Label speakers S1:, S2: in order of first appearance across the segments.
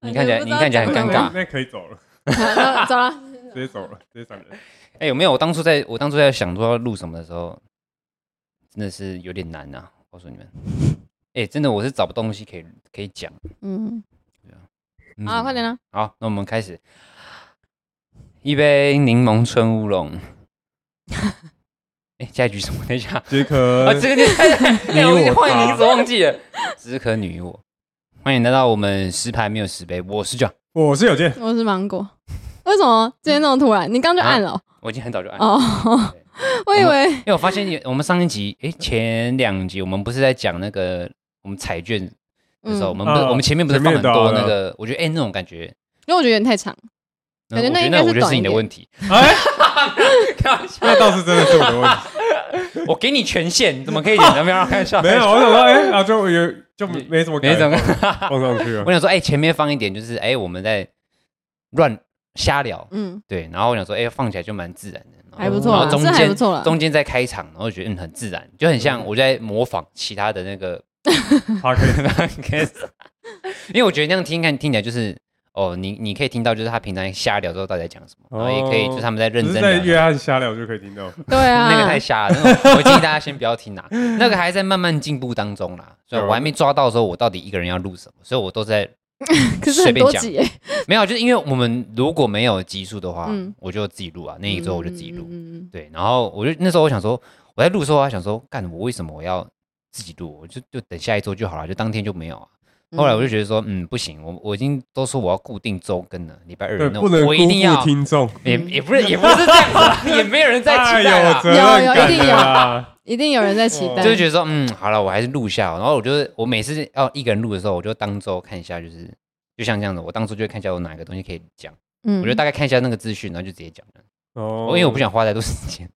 S1: 你看起来
S2: 不知
S1: 你
S2: 道
S1: 看起来很
S2: 讲
S1: 尴
S2: 什么
S1: 尬。
S3: 哎那可以走了，
S2: 那走了。
S3: 直接走了，直接闪人。
S1: 哎、有没有？我当初在我当初在想说要录什么的时候，真的是有点难啊！告诉你们，哎、真的我是找不东西可以可以讲。
S2: 嗯，
S1: 嗯
S2: 好，快点啊啦！
S1: 好，那我们开始一杯柠檬春乌龙。哎、下一句什么？等一下
S3: 只可
S1: 啊，这个你哎我
S3: 呃你我
S1: 换
S3: 他
S1: 你名字忘记了，只可你与我。欢迎来到我们十排没有十杯，我是 John，
S3: 我是有健，
S2: 我是芒果。为什么今天这么突然？你刚就按了哦
S1: 我已经很早就按了。
S2: 哦，
S1: 啊对嗯
S2: 我以为
S1: 因为我发现有我们上一集，诶，前两集我们不是在讲那个我们彩券的时候，
S2: 嗯
S1: 我们不是、
S3: 啊
S1: 我们前面不是放很
S3: 前面
S1: 多
S3: 的啊
S1: 那个，我觉得诶，哎那种感觉，
S2: 因为我觉得有点太长，
S1: 那
S2: 感觉
S1: 我
S2: 那
S1: 觉
S2: 应
S1: 得
S2: 该
S1: 我觉
S2: 是
S1: 得
S2: 短
S1: 是
S2: 一
S1: 你的
S2: 点
S1: 问题，
S3: 哎，
S1: 开玩笑，
S3: 那倒是真的是我的问题。
S1: 我给你权限，怎么可以讲？没有开玩 笑，
S3: 没有，我想说，哎，啊，就有就没没什么感
S1: 没
S3: 觉，
S1: 怎么，
S3: 放上去 了
S1: 我。想说，诶，哎前面放一点，就是诶，我们在乱瞎聊，
S2: 嗯，
S1: 对，然后我想说，诶，哎放起来就蛮自然的，然后
S2: 还不错
S1: 哦
S2: 啊
S1: 然
S2: 啦，
S1: 后中
S2: 这还不
S1: 间
S2: 错了。
S1: 中间再开场，然后觉得嗯很自然，就很像我在模仿其他的那个
S3: 他可以
S1: Podcast 因为我觉得那样听看听起来就是哦，你你可以听到就是他平常瞎聊之后到底在讲什么，然后也可以就是他们在认
S3: 哦只
S1: 真
S3: 是在
S1: 聊。
S3: 约翰瞎聊就可以听到。
S2: 对
S1: 那个
S2: 啊
S1: 太，瞎了，那个我建议大家先不要听啦、那个还在慢慢进步当中 啦，所以我还没抓到说我到底一个人要录什么，所以我都在
S2: 可是很
S1: 随便
S2: 多
S1: 讲
S2: 集耶，
S1: 没有，就是因为我们如果没有集数的话，
S2: 嗯
S1: 我就自己录啊，那一周我就自己录，
S2: 嗯嗯嗯嗯
S1: 对，然后我就那时候我想说，我在录的时候，我还想说，干我为什么我要自己录？我就就等下一周就好了，就当天就没有啊。
S2: 嗯
S1: 后来我就觉得说，嗯，不行，我我已经都说我要固定周更了，礼拜二
S3: 对，
S1: 那
S3: 不能
S1: 我
S3: 辜
S1: 一定要
S3: 负，听众，
S1: 也也不是也不是这样子啦， 也没有人在
S3: 太
S1: 期
S3: 有
S1: 待啊啦。
S3: 责任感的啦。
S2: 一定有人在期
S3: 哦
S2: 待
S1: 就。是觉得说，嗯，好了，我还是录一下哦。然后我就是我每次要一个人录的时候，我就当周看一下，就是就像这样子，我当初就会看一下我哪个东西可以讲，
S2: 嗯
S1: 我就大概看一下那个资讯，然后就直接讲了。
S3: 哦
S1: 因为我 不想花太多时间。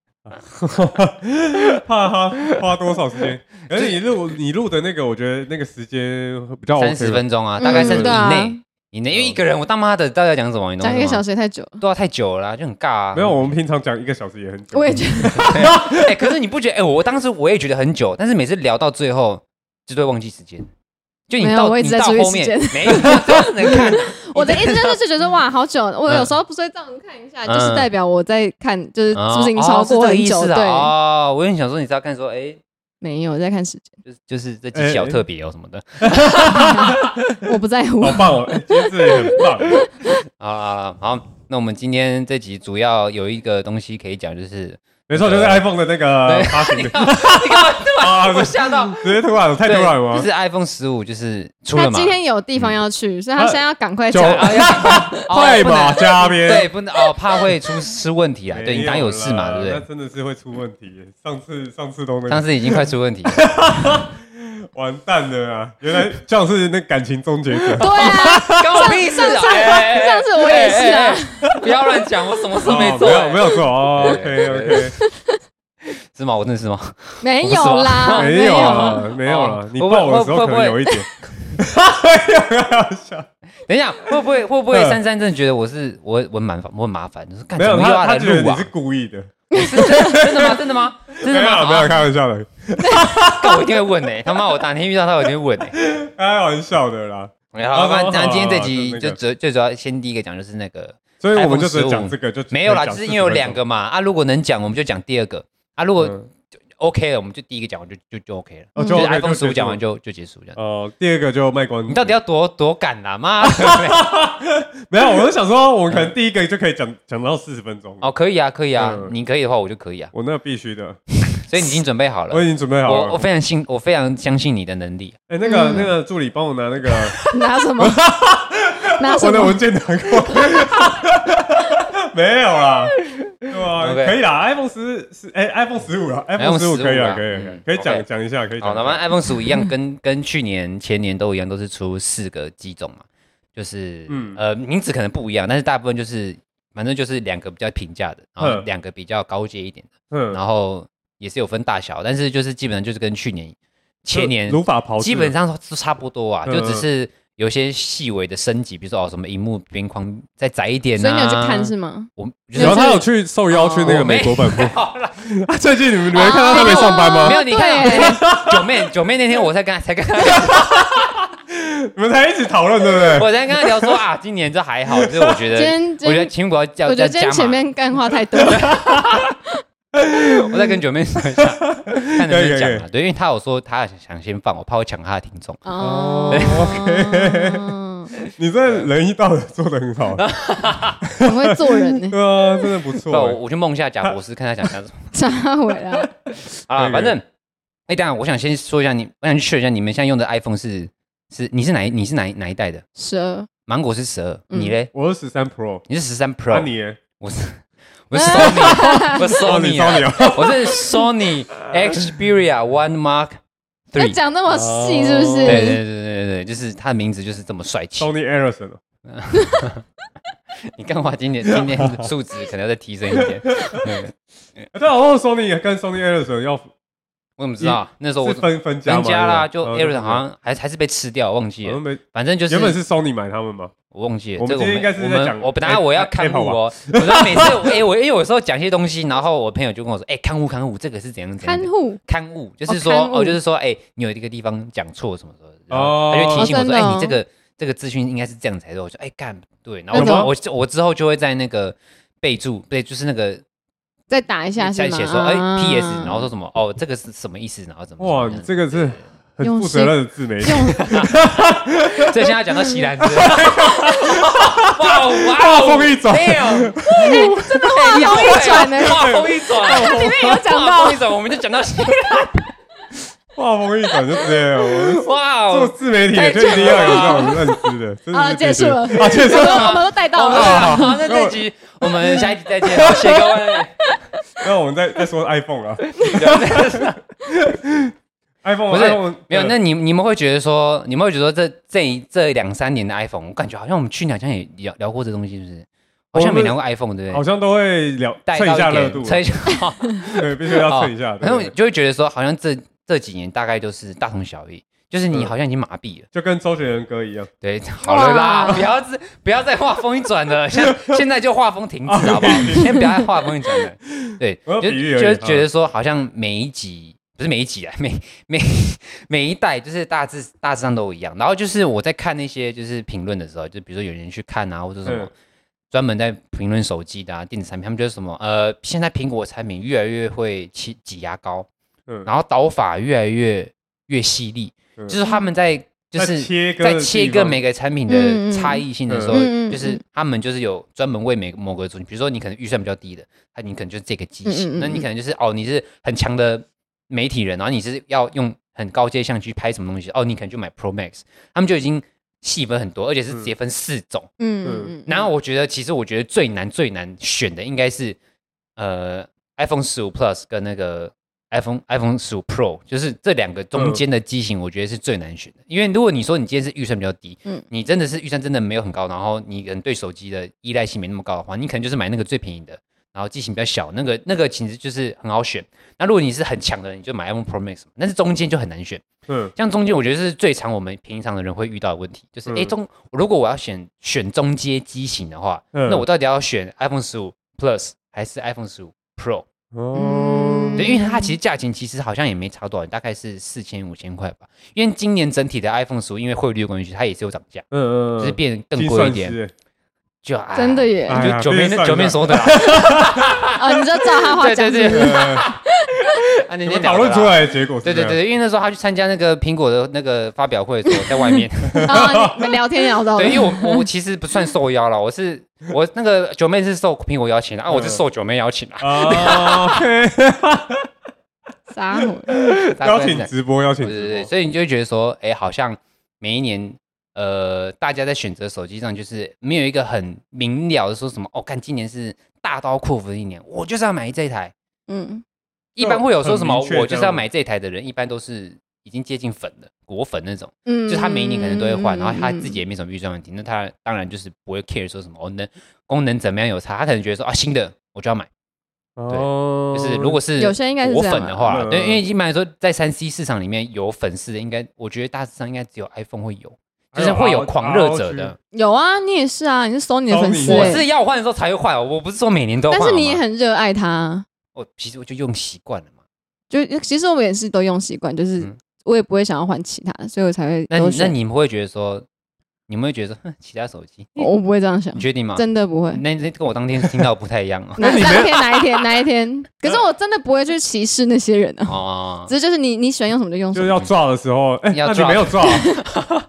S3: 怕他花多少时 间？而且你录你录的那个，我觉得那个时间比较 OK
S1: 三十分钟啊，大概
S2: 嗯
S1: 三十以
S2: 对啊
S1: 内以内，因为一个人我大妈的到底要讲什么？你懂
S2: 讲一个小
S1: 时，
S2: 时也太久了，
S1: 对啊，太久了啊，就很尬啊。
S3: 没有，我们平常讲一个小时也很久。
S2: 我也觉得
S1: 哎，可是你不觉得？哎，我当时我也觉得很久，但是每次聊到最后就都会忘记时间。就你
S2: 没有
S1: 到
S2: 我一
S1: 你
S2: 直在
S1: 到
S2: 注意
S1: 后
S2: 时
S1: 面
S2: 间，
S1: 没有这样子能 看。
S2: 我的意思就是觉得说哇，好久。我有时候不是会这样子看一下，就是
S1: 嗯
S2: 代表我在看，就是是不是已经
S1: 哦
S2: 超
S1: 哦是这
S2: 过
S1: 个
S2: 很
S1: 意
S2: 久？
S1: 思啊
S2: 对，
S1: 哦，我也很想说，你是要看说，哎，
S2: 没有我在看 时间，
S1: 就是就是这几小特别哦什么的。
S2: 我不在乎。
S3: 好棒哦，哎其实这也很棒。
S1: 好啦啊好啦好，那我们今天这集主要有一个东西可以讲，就是
S3: 没错，就是 iPhone 的那个发 行的 啊，
S1: 我吓到，
S3: 直接突然了，太突然了
S1: 就
S3: 吗
S1: 是？iPhone 十五就是出
S2: 他
S1: 了嘛嗯啊哎
S2: 今。天有地方要去，所以他现在要赶快
S3: 就
S2: 讲。
S3: 快
S1: 哦不
S3: 马
S1: 能
S3: 加鞭，
S1: 对，不能哦，怕会出 出问题啊。
S3: 没
S1: 对你当然有事嘛，
S3: 啦
S1: 对
S3: 那
S1: 不对？
S3: 真的是会出问题耶。上次上次都那
S1: 当
S3: 个
S1: 时已经快出问题了，
S3: 完蛋了啊！原来这样是那感情终结 者。
S2: 对啊，
S1: 关我屁事啊！
S2: 上
S1: 哎
S2: 上次我也是啊，
S1: 哎哎哎不要乱讲，我什么事
S3: 哦
S1: 没做
S3: 没有没
S1: 哎。
S3: 有错哦，OK
S1: 对
S3: OK，
S1: 是吗？我真的是吗？
S2: 没有啦，
S3: 没有啊
S2: 有。
S3: 了没有了
S1: 啊哦，
S3: 你抱我的时候可
S1: 会不会
S3: 能有一点，没有开玩笑，
S1: 等一下，会不会会不会
S3: 嗯
S1: 珊珊真的觉得我是我我很麻烦，我很麻烦？就是干
S3: 没
S1: 怎
S3: 有
S1: 么又
S3: 他
S1: 要
S3: 他
S1: 来
S3: 觉得
S1: 录
S3: 你
S1: 啊
S3: 是？故意的，
S1: 真的吗？真的吗？ 真
S3: 没
S1: 的
S3: 有
S1: 吗？
S3: 没有开玩笑的，
S1: 啊干我一定会问哎，他妈我哪天遇到他，我一定会问哎。
S3: 开玩笑的啦。
S1: 然后，反
S3: 好好
S1: 正咱今天这
S3: 好
S1: 集
S3: 好
S1: 就主最主要先第一个讲就是那个
S3: 所以我们就
S1: iPhone
S3: 只
S1: 15
S3: 讲这个，就只
S1: 没有啦，
S3: 讲
S1: 就是因为有
S3: 40分钟
S1: 两个嘛啊，如果能讲我们就讲第二个啊，如果
S3: 嗯
S1: OK 了，我们就第一个讲完就就就 OK 了，
S3: 哦
S1: 就
S3: 就是 OK，
S1: iPhone
S3: 就结束
S1: 十五讲完就就结束这样。
S3: 哦，第二个就卖光。
S1: 你到底要多多赶啊 妈！妈
S3: 没有？我就想说，我们可能第一个就可以讲讲到四十分钟。
S1: 哦，可以啊，可以啊，
S3: 嗯
S1: 你可以的话我就可以啊，
S3: 我那必须的，
S1: 所以你已经准备好了
S3: 我。已经准备好
S1: 我我嗯
S3: 了。
S1: 非常信，我非常相信你的能力。
S3: 哎，那个那个助理帮我拿那个
S2: 拿什么？拿什
S3: 我的
S2: 么
S3: 文？件拿过来。 没有啦，对吧？
S1: OK
S3: 可以啦，iPhone 十是哎，iPhone 十五了
S1: iPhone
S3: ，iPhone 十五可以
S1: 15
S3: 啦，
S1: 啦
S3: 可以啊可以
S1: 嗯
S3: 可以讲
S1: OK
S3: 讲一下，可以
S1: 好，
S3: 讲一
S1: 哦那么
S3: 下。
S1: iPhone 十五一样， 跟跟去年、前年都一样，都是出四个机种嘛，就是、
S3: 嗯
S1: 呃名字可能不一样，但是大部分就是反正就是两个比较平价的，然后
S3: 嗯
S1: 两个比较高阶一点的，
S3: 嗯，
S1: 然后也是有分大小，但是就是基本上就是跟去年、前年
S3: 呃如法炮制，啊
S1: 基本上都差不多啊，
S3: 嗯
S1: 就只是有些细微的升级，比如说哦什么荧幕边框再窄一点、啊，
S2: 所以你有去看是？吗？
S1: 我就是哦
S3: 然后他有去受邀去那个美国本部。 啊最近你们你们看到他没上班
S2: 哦
S1: 没
S3: 吗？
S1: 有，你看
S2: 对
S1: 九妹，九妹那天我才跟她才跟她，
S3: 你们才一起讨论，对不对？
S1: 我才跟她聊说啊，今年这还好，就是我觉得，
S2: 今天今天
S1: 我觉得秦国要
S2: 我觉
S1: 要
S2: 得
S1: 加
S2: 今天前
S1: 码，
S2: 面干话太多了，
S1: 我再跟九妹说一下，看能不
S3: 可以可
S1: 能
S3: 以
S1: 讲
S3: 可
S1: 啊，对，因为她有说她想先放，我怕我抢她的听众，
S2: 哦。
S3: 你这人一到的做的很 好，
S2: 很会做人呢，
S3: 对啊，真的不
S1: 不然我
S3: 错。
S1: 我去梦下贾博士看她想讲什么
S2: 扎回来。
S1: 啊，
S3: 可以可以
S1: 反正，哎，等一下我想先说一下你，我想确认一下你们现在用的 iPhone 是是你是哪一你是哪一哪一代的？
S2: 蛇，
S1: 芒果是十二，
S2: 嗯
S1: 你嘞？
S3: 我是十三 Pro，
S1: 你是十三 Pro，
S3: 那你耶
S1: 我是我 是 Sony，我是
S3: 哦你
S1: Sony，
S3: 骚你
S1: 啊
S3: 哦，
S1: 我是 Sony Xperia One Mark
S2: 要
S1: Three。
S2: 讲那么细是不
S3: 哦
S1: 对对对
S2: 是？
S1: 对对，就是他的名字就是这么帅气。
S3: Sony Ericsson，啊
S1: 你干话今年今年的数值可能要再提升一点。对
S3: 对啊，哦，Sony 跟 Sony Ericsson 要
S1: 我怎么知道？那时候我
S3: 嗯是分分家嘛
S1: 人家啦，
S3: 对
S1: 就
S3: 不
S1: a
S3: 对
S1: r o n
S3: 哦
S1: 好像还还是被吃掉，忘记
S3: 好
S1: 了
S3: 像。没，
S1: 反正就是
S3: 原本是 Sony 买他们嘛，
S1: 我忘记了，
S3: 我们
S1: 这个
S3: 今天应该是
S1: 我
S3: 在
S1: 们
S3: 讲哎
S1: 我本来我要看护
S3: Apple
S1: 哦，我说每次我哎我因为有时候讲些东西，然后我朋友就跟我说，哎看护看护，这个是怎样怎样
S2: 看
S1: 的。
S2: 护
S1: 刊物，就是
S2: 哦
S1: 说
S2: 刊物
S1: 哦，就是说，哎、你有一个地方讲错什么什么，然
S3: 哦
S1: 后他就提醒我
S2: 哦
S1: 说，
S2: 真的
S1: 哎、
S2: 哦
S1: 你这个这个资讯应该是这样才对。我说，哎、干对，然后
S3: 有吗
S1: 我就我我之后就会在那个备注，对，就是那个
S2: 再打一下是
S1: 在
S2: 吗？
S1: 写说，哎、
S2: 啊
S1: p s 然 后说什么，哦，这个是什么意思，然后怎么
S3: 哇，
S1: 怎
S3: 你
S1: 么
S3: 这个是很
S2: 用
S3: 负责任的自媒 体，
S1: 这现在讲到西兰是不是哇哇
S3: 画风一转
S1: damn，
S2: 哎真的话容易 转呢。
S1: 画风一转，
S2: 里面有讲
S1: 画
S2: 到
S1: 风一转，我们就讲到西兰，
S3: 画风一转就直接，我
S1: 哇
S3: 做
S1: 哦，
S3: 自媒体就一定要有这种认 知的，真
S2: 好
S3: 的
S2: 了，
S3: 是
S2: 结
S3: 必须
S2: 束了，
S3: 啊，结束
S2: 我
S3: 了。
S2: 们我们都带
S1: 好
S2: 到了。
S1: 好，好那这集我们下一集再见，好谢谢各位。
S3: 那我们再再说 iPhone 啊，iPhone
S1: 不是
S3: iPhone
S1: 没有，那你你们会觉得说，你们会觉得说这这一这两三年的 iPhone，我感觉好像我们去年好像也聊聊过这东西，是不是？好像没聊过 iPhone，对不
S3: 好
S1: 对？
S3: 像都会聊
S1: 带
S3: 蹭
S1: 到
S3: 一下
S1: 一
S3: 热度
S1: 点，，蹭 一下，哦
S3: 对，必须要蹭一下，
S1: 然后
S3: 对
S1: 就会觉得说，好像这这几年大概都是大同小异，就是你好像已经麻痹了。
S3: 就跟周杰伦歌一样，
S1: 对，好了啦，
S2: 哇
S1: 不要再不要再画风一 转了，现现在就画风停止
S3: 啊
S1: 好不好？先不要再画风一转了。对，
S3: 我要
S1: 就
S3: 比喻而已
S1: 就
S3: 啊
S1: 觉得说，好像每一集不是每一集啊， 每每每一代就是大致大致上都一样。然后就是我在看那些就是评论的时候，就比如说有人去看啊，或者什么
S3: 嗯
S1: 专门在评论手机的啊、电子产品，他们就是什么呃，现在苹果产品越来越会挤挤牙膏，
S3: 嗯，
S1: 然后导法越来越越犀利，
S3: 嗯
S1: 就是他们在就
S3: 在
S1: 是
S3: 切割的
S1: 在
S3: 地
S1: 切割
S3: 方
S1: 每个产品
S2: 嗯
S1: 的
S2: 嗯
S1: 差异性的时候，
S2: 嗯嗯嗯
S1: 就是他们就是有专门为每某个族群，比如说你可能预算比较低的，他你可能就是这个机
S2: 嗯
S1: 型，
S2: 嗯嗯
S1: 那你可能就是哦你是很强的媒体人，然后你是要用很高阶相机拍什么东西，哦你可能就买 Pro Max，他们就已经细分很多，而且是直接分四种。
S2: 嗯嗯嗯，
S1: 然后我觉得，其实我觉得最难最难选的应该是呃 iPhone 十五 Plus 跟那个 iPhone iPhone 十五 Pro，就是这两个中间的机型，我觉得是最难选的。因为如果你说你今天是预算比较低，
S2: 嗯
S1: 你真的是预算真的没有很高，然后你可能对手机的依赖性没那么高的话，你可能就是买那个最便宜的。然后机型比较小，那个那个其实就是很好选。那如果你是很强的，你就买 iPhone Pro Max，嘛但是中间就很难选。
S3: 嗯
S1: 像中间，我觉得是最常我们平常的人会遇到的问题，就是
S3: 嗯
S1: 哎、诶中如果我要选选中阶机型的话，
S3: 嗯
S1: 那我到底要选 iPhone 十五 Plus 还是 iPhone 十五 Pro？
S3: 哦，
S1: 对，因为它其实价钱其实好像也没差多少，大概是四千五千块吧。因为今年整体的 iPhone 十五因为汇率的关系，它也是有涨价，
S3: 嗯嗯，
S1: 就是变更
S3: 精
S1: 贵一
S3: 算
S1: 点。
S3: 师，
S1: 就、 啊、
S2: 真的耶
S3: 哎呀
S1: 就九面
S3: 这个算
S1: 九面说的啦，
S2: 哦，你就照他话
S1: 啊对
S2: 讲
S1: 对
S2: 是不是，
S1: 对，
S3: 哎
S1: 啊
S3: 你
S1: 你
S3: 们讨论出。来的结果是
S1: 啊对
S3: 这
S1: 对
S3: 样，
S1: 对，因为那时候他去参加那个苹果的那个发表会的时候，在外面。
S2: 然后哦你们聊天聊
S3: 哦
S2: 到了
S1: 对，，因为我我其实不算受邀了，我 是我那个九妹是受苹果邀请的啊，我
S3: 嗯
S1: 是受九妹邀 请的。
S3: 啊，
S2: 撒谎。
S1: 大家
S3: 邀
S1: 不能
S3: 请
S1: 讲
S3: 直播，邀请
S1: 对对
S3: 直
S1: 对，
S3: 播，
S1: 所以你就会觉得说，哎，好像每一年，呃，大家在选择手机上，就是没有一个很明了的说什么，哦，看今年是大刀阔斧的一年，我就是要买这一台。
S2: 嗯，
S1: 一般会有说什么，
S3: 很明确
S1: 我就是要
S3: 这样
S1: 买这一台的人，一般都是已经接近粉了，果粉那种，
S2: 嗯，
S1: 就是他每一年可能都会换，
S2: 嗯
S1: 然后他自己也没什么预算问题，那他当然就是不会 care 说什么哦，能功能怎么样有差，他可能觉得说啊，新的我就要买。
S4: 哦
S1: 就是如果是
S2: 有些应该是
S1: 果
S2: 这样
S1: 粉的话，
S4: 嗯
S1: 对，因为一般来说，在三 C 市场里面有粉丝的，应该我觉得大致上应该只有 iPhone 会有，
S3: 还
S1: 就
S3: 有
S1: 是会有
S3: ROG
S1: 狂热者的。
S2: 有啊，你也是啊，你是 Sony 的粉丝
S3: Sony
S2: 欸，
S1: 我是要换的时候才会换哦，我不是说每年都换。
S2: 但是你
S1: 好
S2: 也
S1: 吗，
S2: 很热爱它，
S1: 我其实我就用习惯了嘛。
S2: 就其实我也是都用习惯，就是
S1: 嗯
S2: 我也不会想要换其他的，所以我才会
S1: 那
S2: 都
S1: 你那
S2: 选。
S1: 你们会觉得说，你们会觉得说哼其他手机，
S2: 我不会这样想
S1: 你，嗯确定吗？
S2: 真的不会。。
S1: 那那跟我当天听到不太一样哦
S2: 哪哪一天哪一天哪 一天，
S1: 啊
S2: 可是我真的不会去歧视那些人啊，
S1: 哦
S2: 只，是就是你你喜欢用什么就用什
S3: 就是
S2: 么。
S3: 要抓的时候，哎，
S1: 要
S3: 那你
S1: 抓
S3: 没有抓，啊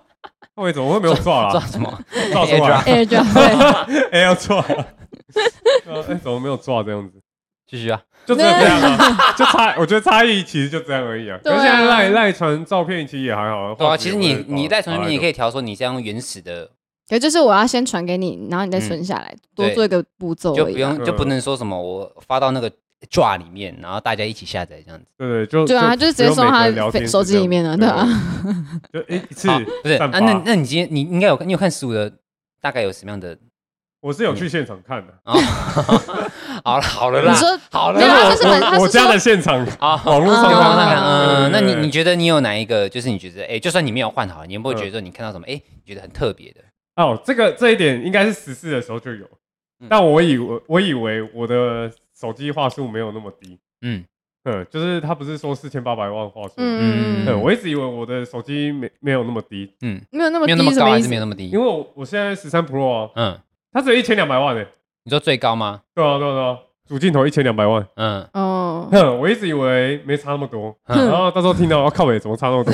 S3: 那我怎么会没有抓
S1: 抓
S3: 啦？
S1: 什么？
S3: 抓出
S4: 啊
S1: AirDrop
S3: 来，
S2: 哎，对对，
S3: 哎，要抓， 哎，怎么没有抓这样子？
S1: 继续啊，
S3: 就真的这样啊，就差，我觉得差异其实就这样而已啊。
S2: 对
S3: 可
S2: 啊
S3: 是现在赖赖传照片其实也还好啊，
S1: 对啊，
S3: 画质
S1: 其
S3: 也
S1: 实
S3: 不会
S1: 你你在传里面你可
S3: 以
S1: 以调说你是要用原始的，
S2: 可就是我要先传给你，然后你再存下来，
S1: 嗯
S2: 多
S1: 对
S2: 做一个步骤
S1: 就
S2: 而
S1: 不
S2: 已啊。
S1: 用就
S3: 嗯
S1: 不能说什么我发到那个 jar 里面，然后大家一起下载这样子。
S3: 对对，就
S2: 对啊，他就是直接送他
S3: 的
S2: 的手机里面了，对啊，
S3: 就一一次
S1: 好不是啊？
S3: 散发
S1: 那那你今天你应该有你有看十五的大概有什么样的？
S3: 我是有去现场看的，
S1: 哦、 好了好了
S2: 你
S1: 啦，
S2: 说
S1: 好了
S2: 没有
S1: 啦
S2: 啊，就是本他
S3: 我
S2: 是
S3: 我家
S2: 说
S3: 的现场
S1: 啊，
S3: 网络上
S1: 你有
S3: 看
S1: 往上看，
S3: 的
S1: 嗯，那
S3: 哦对对
S1: 你
S3: 对嗯
S1: 你觉得你有哪一个？就是你觉得，哎、就算你没有换好，你有没有觉得说你看到什么，哎、你觉得很特别的？
S3: 哦，这个这一点应该是十四的时候就有
S1: 嗯，
S3: 但我以为我以为我的手机画素没有那么低，
S1: 嗯，
S3: 嗯，就是他不是说四千八百万画素，嗯，
S2: 嗯，
S1: 嗯
S3: 我一直以为我的手机没没有那么低，
S2: 没有那么
S1: 没有
S2: 低
S1: 那么
S2: 什
S1: 高
S2: 么
S1: 还
S2: 意
S1: 是没有？
S2: 思
S1: 那么低
S3: 因？为我我现在十三 Pro 啊，
S1: 嗯，
S3: 它只有一千两百万诶、欸
S1: 你说最高吗？
S3: 对啊，对啊，对啊，主镜头一千两百万。
S1: 嗯，
S2: 哦，
S3: 哼，我一直以为没差那么多，
S1: 嗯
S3: 然后到时候听到，哦我靠北，怎么差那么多？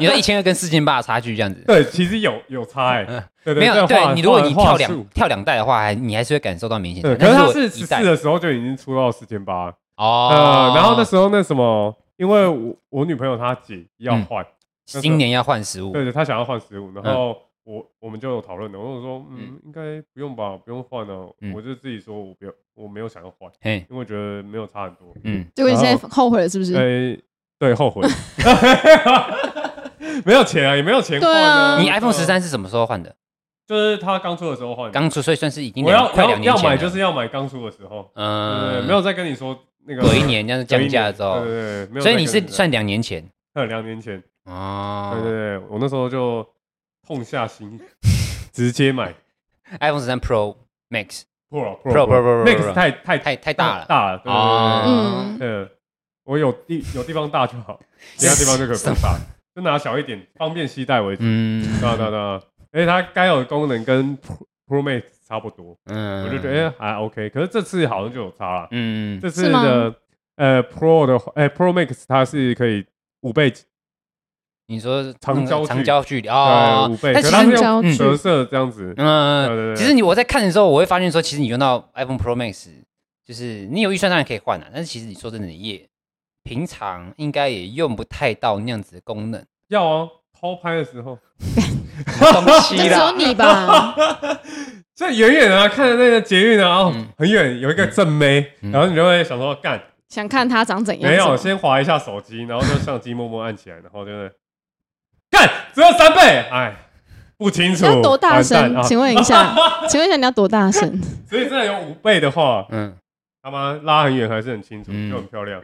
S1: 你说一千二跟四千八的差距这样 子？
S3: 对，其实有有差哎、
S1: 嗯
S3: 对对
S1: 没有，
S3: 这个话
S1: 对你如果你
S3: 话
S1: 跳
S3: 话术
S1: 两跳两代的话，还你还是会感受到明显
S3: 对，
S1: 的。
S3: 可是它是
S1: 我
S3: 十
S1: 一
S3: 四
S1: 代
S3: 的时候就已经出到四千八，
S1: 哦
S3: 呃，，然后那时候那什么，因为我我女朋友她姐要换， 候
S1: 今年要换十五，
S3: 对对，她想要换十五，然
S1: 嗯
S3: 后我我们就有讨论的，我就说，嗯，应该不用吧，不用换了
S1: 嗯，
S3: 我就自己说我不要，我没有想要换，
S1: 嘿，
S3: 因为我觉得没有差很多，
S1: 嗯，
S2: 结果你现在
S3: 然后
S2: 后悔了是不是？
S3: 哎，对，后 悔，没有钱啊，也没有钱换
S2: 对啊
S1: 你 iPhone 十三是什么时候换的？
S3: 就是他刚出的时候换的，
S1: 刚出，所以算是已经
S3: 我要
S1: 两快两
S3: 要
S1: 年
S3: 要
S1: 前
S3: 买
S1: 了
S3: 就是要买刚出的时候，
S1: 嗯
S3: 嗯，，没有再跟你说那个
S1: 隔一年这样子降价之后
S3: 对，对对，没有再
S1: 所以
S3: 跟
S1: 你是
S3: 说
S1: 算两年前
S3: 嗯两年前。对对
S1: 哦
S3: 对，我那时候就痛下 心，直接买
S1: ，iPhone 十三 Pro Max
S3: Pro
S1: Pro Pro Pro
S3: Max 太太
S1: 太太大了
S3: 大了，对对对
S1: 哦
S2: 嗯，
S3: 对对，嗯，我有地有地方大就好，其他地方就可以不大，就拿小一点，方便携带为主。
S1: 嗯
S3: 对啊对啊对啊，而且它该有的功能跟 Pro Pro Max 差不多，
S1: 嗯
S3: 我就觉得哎还 OK，可是这次好像就有差了，
S1: 嗯
S3: 这次
S2: 是吗
S3: 的呃 Pro 的话，哎 Pro Max 它是可以五倍
S1: 你说
S3: 长焦距
S1: 长焦距离
S3: 呃
S1: 哦
S3: 五，倍，可
S1: 但
S3: 是
S1: 其
S3: 它
S1: 实
S3: 是
S2: 长焦
S3: 用
S2: 距
S3: 折射这样子，对对
S1: 嗯，
S3: 对
S1: 其实你我在看的时候，我会发现说，其实你用到 iPhone Pro Max，就是你有预算当然可以换啊了，但是其实你说真的，你也平常应该也用不太到那样子的功能
S3: 要啊，偷拍的时候。
S1: 东
S2: 这
S1: 西
S2: 只有
S1: 啦。
S2: 你吧？
S3: 这远远啊，看着那个捷运啊，哦
S1: 嗯
S3: 很远有一个正妹，
S1: 嗯
S3: 然后你就会想说干，
S2: 想看他长怎样？
S3: 没
S2: 是
S3: 有，
S2: 吗
S3: 先划一下手机，然后就相机默默按起来，然后就是干，只有三倍，哎，不清楚，
S2: 要多大
S3: 完
S2: 声
S3: 蛋？啊！
S2: 请问一下，请问一下你要多大声？
S3: 所以真的有五倍的话，
S1: 嗯，
S3: 他妈拉很远还是很清楚，
S1: 嗯
S3: 就很漂亮。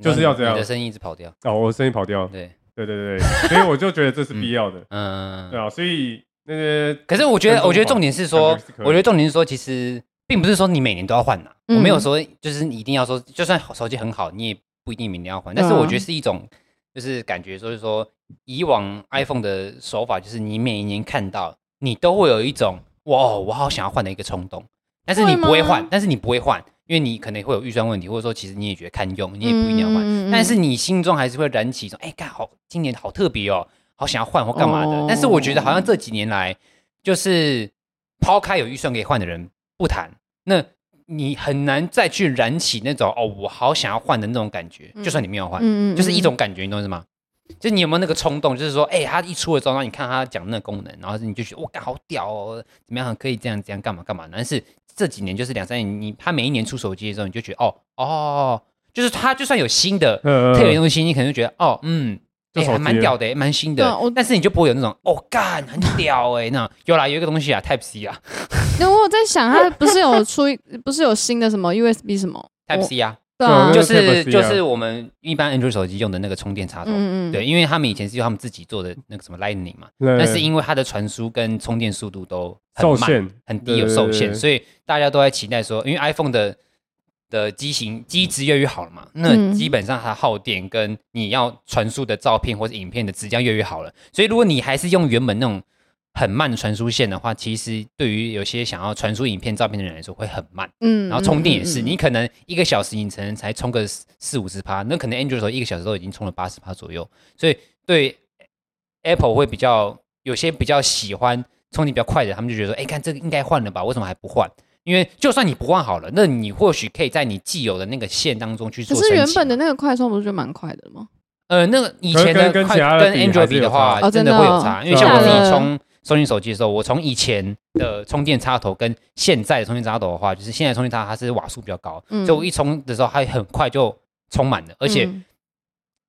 S3: 就是要这样
S1: 你的声音一直跑掉。
S3: 哦，我声音跑掉了，
S1: 对，
S3: 对对对，所以我就觉得这是必要 的，
S1: 嗯
S3: 对，啊，所以那些
S1: 可是我觉
S3: 跟
S1: 得，
S3: 踪
S1: 我觉得
S3: 狂
S1: 重点是说
S3: 感觉是，可以
S1: 我觉得重点是说，其实并不是说你每年都要换呐、
S2: 嗯
S1: 我没有说就是你一定要说，就算手机很好，你也不一定明年要换。但是
S2: 对啊
S1: 我觉得是一种，就是感觉说是说，以往 iPhone 的手法就是你每一年看到，哦你都会有一种哇，我好想要换的一个冲动，但是你不会
S2: 会吗
S1: 换，但是你不会换，因为你可能会有预算问题，或者说其实你也觉得堪 用，你也不一定要换，
S2: 嗯嗯嗯嗯
S1: 但是你心中还是会燃起一种，哎、干好，今年好特别哦，好想要换或干嘛的。
S2: 哦
S1: 但是我觉得好像这几年来，就是抛开有预算可以换的人不谈，那你很难再去燃起那种哦，我好想要换的那种感觉。就算你没有换，
S2: 嗯嗯嗯
S1: 就是一种感觉，你懂我意思吗？就是你有没有那个冲动，就是说，哎、它一出了之后，然后你看它讲的那个功能，然后你就觉得，我干好屌哦，怎么样可以这样这样干嘛干嘛？但是这几年就是两三年，你它每一年出手机的时候，你就觉得，哦哦，就是它就算有新的
S3: 嗯嗯嗯
S1: 特别东西，你可能就觉得，哦嗯，
S3: 就
S1: 哎、
S3: 手
S1: 还
S3: 机
S1: 蛮
S3: 了
S1: 屌的、哎蛮新
S2: 对啊
S1: 的
S2: 我，
S1: 但是你就不会有那种，哦干很屌哎、那有啦有一个东西啊，Type C 啊
S2: 因为我有在想，它不是有出一，不是有新的什么 USB 什么？
S1: ，Type
S2: 我
S1: C 啊，
S2: 对啊，
S3: 嗯
S1: 就
S3: 那个
S1: 是
S3: Type C 啊
S1: 就是我们一般 Android 手机用的那个充电插头，
S2: 嗯嗯嗯
S1: 对，因为他们以前是用他们自己做的那个什么 Lightning 嘛，
S3: 但
S1: 但是因为它的传输跟充电速度都
S3: 呃受
S1: 很慢、
S3: 限，
S1: 很低，
S3: 对
S1: 有受
S3: 对对
S1: 限，
S3: 对
S1: 所以大家都在期待说，因为 iPhone 的的机型机质越来越好了嘛，
S2: 嗯
S1: 那基本上它耗电跟你要传输的照片或者影片的质量越来越好了，所以如果你还是用原本那种很慢的传输线的话，其实对于有些想要传输影片、照片的人来说会很慢。
S2: 嗯，
S1: 然后充电也是，
S2: 嗯嗯嗯
S1: 你可能一个小时你才能才充个四四五十趴，那可能 Android 手机一个小时都已经充了八十趴左右，所以对 Apple 会比较有些比较喜欢充电比较快的，他们就觉得说，哎，看这个应该换了吧，为什么还不换？因为就算你不换好了，那你或许可以在你既有的那个线当中去
S2: 可
S1: 做申
S2: 是
S1: 请。
S2: 原本的那个快充不是就蛮快的吗？
S1: 呃，那个以前的
S3: 跟跟
S1: 快
S3: 其他的
S1: 跟
S3: 比
S1: Android
S3: 还是
S1: 比
S3: 有
S1: 的话
S2: 差，哦
S1: 真
S2: 真
S1: 的
S2: 的
S1: 会有
S2: 哦
S1: 差，因为
S3: 啊
S1: 像我自
S2: 真的
S1: 己充收音手机的时候，我从以前的充电插头跟现在的充电插头的话，就是现在的充电插头它是瓦数比较高，
S2: 嗯
S1: 所以我一充的时候它很快就充满了，而且
S2: 嗯